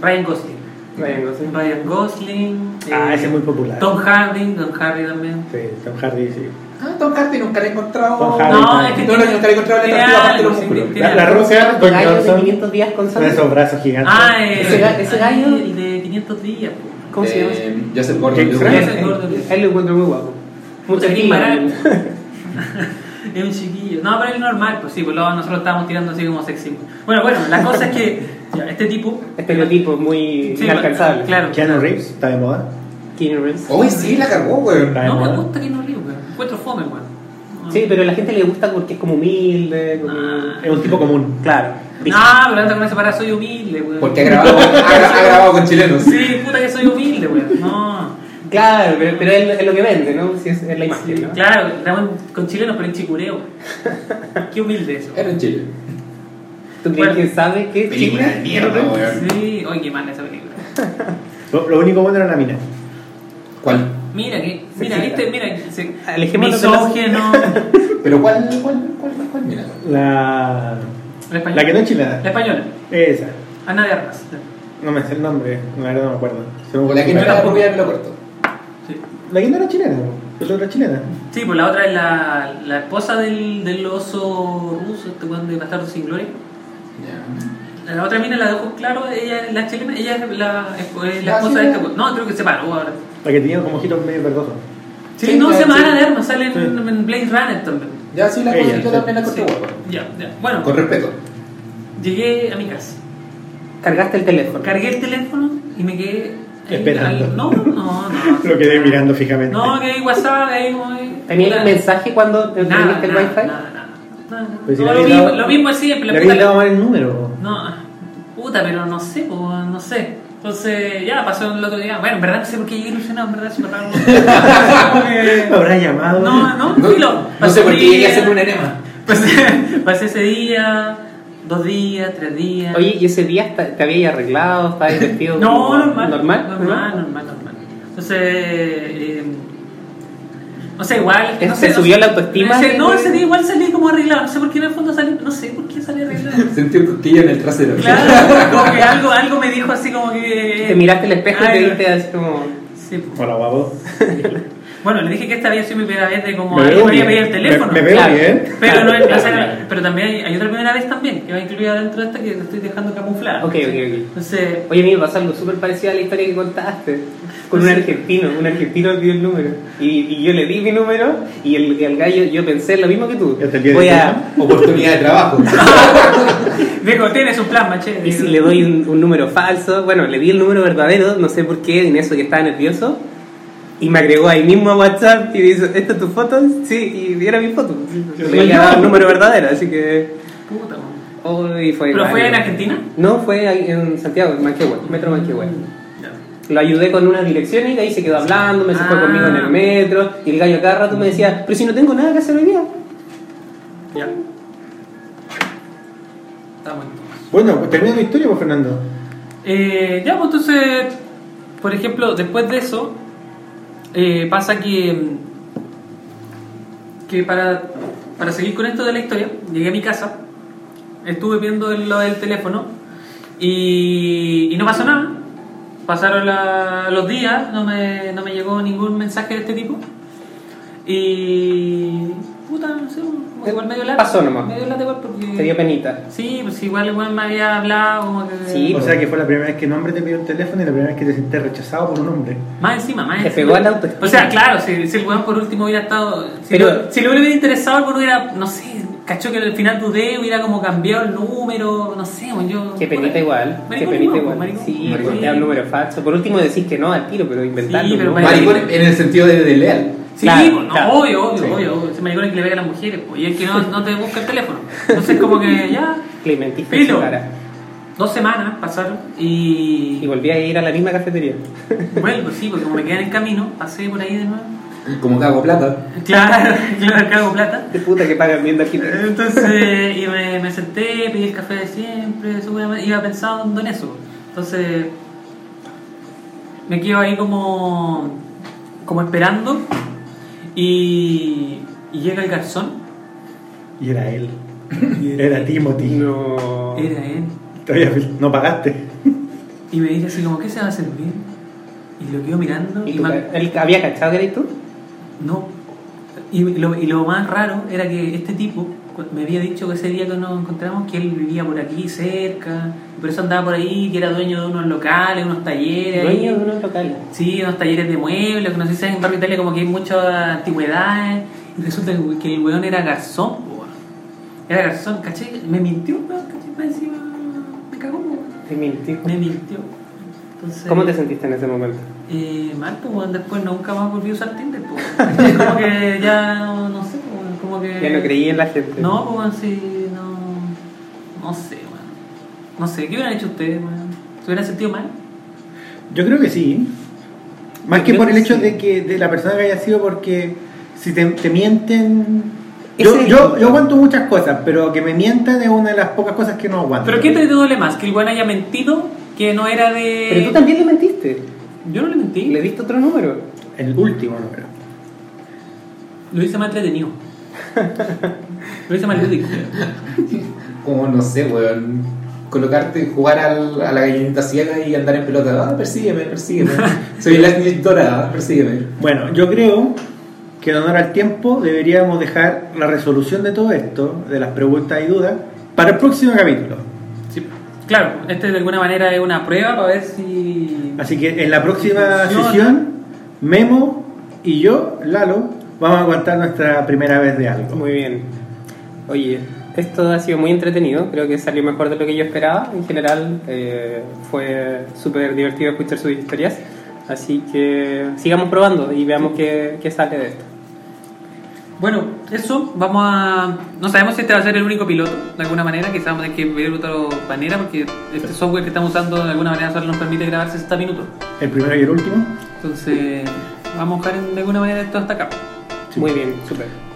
Ryan Gosling. Bueno, no sé. Ryan Gosling. Ah, eh, ese es muy popular. Tom Hardy. Tom Hardy también. Sí, Tom Hardy, sí. Ah, Tom Hardy nunca le he encontrado. Tom Hardy. No, también. es que Ah, No, no, yo nunca le he encontrado la tiene atractiva aparte de algo, los sí, músculos. tiene La, la algo. Rusia, Don Gallo de Johnson, 500 días con con sal. esos brazos gigantes. Ah, eh, Ese ga- ese ay, gallo- el de 500 días. po. ¿Cómo se llama? Eh, Joseph Gordon. James Frank. Joseph Ese gordo. A él lo encuentro muy guapo. Mucha Puta, qué gima. barato. Es un chiquillo. No, pero es normal, pues sí, pues lo- nosotros estábamos tirando así como sexy. Bueno, bueno, la cosa es que ya, este tipo. Estereotipo muy Sí, inalcanzable. Claro. Keanu Reeves, está de moda. Keanu Reeves. Hoy sí, la cargó, weón. Está de No me moda. gusta que no río, weón. Encuentro fome, weón. Sí, pero a la gente le gusta porque es como humilde. como- Oh. Ah. Es un tipo común. Claro. Ah, pero anda con esa parada, soy humilde, weón. Porque ha grabado, ha, gra- ha grabado con chilenos. Sí, puta que soy humilde, weón. No. Claro, pero, pero es, lo- es lo que vende, ¿no? Si es, es la imagen, ¿no? Claro, estamos con chilenos, pero en chicureo. Qué humilde eso. Era en Chile. ¿Tú crees Bueno. que sabe qué es Película de Chile? mierda, weón. Sí, oye, qué mala esa película. Lo, lo único bueno era la mina. ¿Cuál? Mira, que, mira, Sexista. viste, mira, se, Alejémonos de las- misógino. ¿Pero cuál, cuál, cuál, cuál, cuál? Mira. La. La española. La que no es chilena. La española. Esa. Ana de Armas. No me sé el nombre, la verdad no me acuerdo. Se me La que no ocurre. era rubia en el aeropuerto. Sí. La que no era chilena, pues la otra chilena. Sí, pues la otra es la, la esposa del, del oso ruso, este weón de Bastardo sin Gloria. Ya. La otra mina, la de ojos claros, ella es la chilena, ella es la, es- es la Ah, esposa sí, de este ya. weón. No, creo que se paró ahora. La que tenía como ojitos medio verdosos. Sí, Sí, no, ya, se llama sí. Ana de Armas, sale en, Sí. en Blade Runner también. Ya sí la Ella, cosa, yo sí. también la corté, Sí. weón. Ya, ya. Bueno, Con respeto. llegué a mi casa. Cargaste el teléfono. Cargué el teléfono y me quedé. ahí Esperando. al- No, no, no. Lo quedé mirando fijamente. No, que hay WhatsApp, que hay. como- ¿Tenías el Nada, mensaje cuando te Nada, prendiste el nada, wifi? nada, nada. Nada. Pues si No, le lo, habéis mismo, dado- lo mismo es siempre. Le La habían puta, dado mal el número. No, puta, pero no sé, po, no sé. Entonces, ya pasó el otro día. Bueno, en verdad no sé por qué llegué ilusionado, en verdad se me raro. ¿Lo habrá llamado? No, no, No, filo. no Pasé sé por un qué llegué día, a hacer un enema. pasé- Pasé ese día, dos días, tres días. Oye, ¿y ese día está- te habías arreglado? ¿Estabas vestido? No, como normal. ¿Normal? Normal, normal, normal. Entonces, eh, no sé, igual. ¿Te- no sé, te no subió sé. la autoestima? Ese- no, ese día igual salí como arreglado. No sé por qué en el fondo salí. No sé por qué salí arreglado. Sentí un cosquillo en el trasero. Claro, como que algo, algo me dijo así como que. Te miraste al espejo Ay, y te viste así como... sí, po. Hola, guapo. Bueno, le dije que esta había sido mi primera vez de como Me alguien veo me había bien. pedido el teléfono. Me- me veo Claro. bien. Pero, no, o sea, pero también hay, hay otra primera vez también, que va incluida dentro de esta que te estoy dejando camuflada. Ok, ok, ok. Entonces, Oye, a mí me pasó algo súper parecido a la historia que contaste. Con un argentino, un argentino dio el número. Y, y yo le di mi número y el, y el gallo, yo pensé lo mismo que tú. Y hasta el día de Voy hoy, a. Oportunidad de trabajo. Diego, tienes un plan, maché. Y si le doy un, un número falso, bueno, le di el número verdadero, no sé por qué, en eso que estaba nervioso. Y me agregó ahí mismo a WhatsApp y dice: ¿Esta es tu foto? Sí, y era mi foto. Yo Le soy había dado yo. el número verdadero, así que. Puta, weón. hoy fue ¿Pero fue raro. en Argentina? No, fue ahí en Santiago, en Manquehue, Metro Manquehue. Ya. Lo ayudé con unas direcciones y de ahí se quedó hablando, me se fue Ah. conmigo en el metro y el gallo cada rato me decía, pero si no tengo nada que hacer hoy día. Mm. Ya. Está bueno. Bueno, pues termina tu historia, pues, Fernando. Eh, ya, pues entonces, por ejemplo, después de eso, eh, pasa que, mm, que para, para seguir con esto de la historia, llegué a mi casa, estuve viendo el- lo del teléfono y, y no pasó nada. Pasaron la- los días, no me, no me llegó ningún mensaje de este tipo. Y. Puta, no sé, igual medio lata. Pasó nomás. Medio lata igual porque. Te dio penita. Sí, pues igual el weón me había hablado como que. Sí. pues. O sea que fue la primera vez que un hombre te pidió un teléfono y la primera vez que te sentiste rechazado por un hombre. Más encima, más Te encima. pegó a la autoestima. O sea, claro, si, si el weón por último hubiera estado. Si, Pero- lo- si le hubiera interesado, el weón hubiera, no sé, cachó que al final dudé, hubiera como cambiado el número, no sé, weón, yo. Qué penita puta, igual. Qué maricón penita no, igual. maricón. sí, Maricón. porque te da un número falso. Por último decís que no al tiro, pero inventarlo. Sí, pero ¿no? vaya- Maricón en el sentido de, de leal. Sí, Claro, pues, no, claro. obvio, obvio, Sí. obvio, obvio. Ese maricón es que le pega a las mujeres, pues, y es que no, no te busca el teléfono. Entonces, como que ya, Clementista Filo. en Sara. dos semanas pasaron y. Y volví a ir a la misma cafetería. Bueno, pues sí, porque como me quedé en el camino, pasé por ahí de nuevo. Como cago plata. Claro, claro, cago plata. De puta que pagan viendo aquí. Entonces, y me, me senté, pedí el café de siempre, seguramente, iba pensando en eso. Entonces, me quedo ahí como, como esperando y, y llega el garzón. Y era él. Era Timothy. No. Era él. Todavía no pagaste. Y me dice así como, ¿qué se va a servir? Y lo quedo mirando ¿Y y, tú me- ca- él había cachado que eres tú? No. Y lo, y lo más raro era que este tipo cu- me había dicho que ese día que nos encontramos que él vivía por aquí cerca, y por eso andaba por ahí, que era dueño de unos locales, unos talleres. ahí. Dueño de unos locales. Sí, unos talleres de muebles, que no sé si saben, en Barrio Italia como que hay muchas antigüedades. Y resulta que- que el weón era garzón, po, weón. Era garzón, caché. Me mintió, weón, caché, más encima. Me cagó, weón. Te mintí. Me mintió. Entonces, ¿Cómo te sentiste en ese momento? eh, mal, pues, weón, después nunca más volví a usar Tinder, pues. weón. como que ya, no, no sé, pues, weón, como que... Ya no creí en la gente. No, pues, weón, sí, no... No sé, weón. No sé, ¿qué hubieran hecho ustedes, weón? ¿Se hubieran sentido mal? Yo creo que sí. Más Yo que creo por el que hecho sí. de que de la persona que haya sido, porque si te, te mienten. Ese Yo, es yo, el- yo aguanto muchas cosas, pero que me mientan es una de las pocas cosas que no aguanto. ¿Pero qué te duele más? ¿Que el weón haya mentido? ¿Que no era de...? Pero tú también le mentiste. Yo no le mentí. Le diste otro número. El último número. Lo hice más entretenido. Lo hice más lúdico. Como, no sé, weón. Colocarte, jugar al- a la gallinita ciega y andar en pelota. Ah, persígueme, persígueme. Soy la escritora, persígueme. Bueno, yo creo que en honor al tiempo deberíamos dejar la resolución de todo esto, de las preguntas y dudas, para el próximo capítulo. Sí. Claro, este de alguna manera es una prueba para ver si... Así que en la próxima Funciona. sesión, Memo y yo, Lalo, vamos a contar nuestra primera vez de algo. Muy bien. Oye, esto ha sido muy entretenido. Creo que salió mejor de lo que yo esperaba. En general, eh, fue súper divertido escuchar sus historias. Así que sigamos probando y veamos qué, qué sale de esto. Bueno, eso, vamos a... No sabemos si este va a ser el único piloto, de alguna manera, quizás vamos a tener que ver otra manera, porque este software que estamos usando de alguna manera solo nos permite grabar 60 minutos. El primero y el último. Entonces, vamos a buscar de alguna manera esto hasta acá. Sí. Muy bien, súper.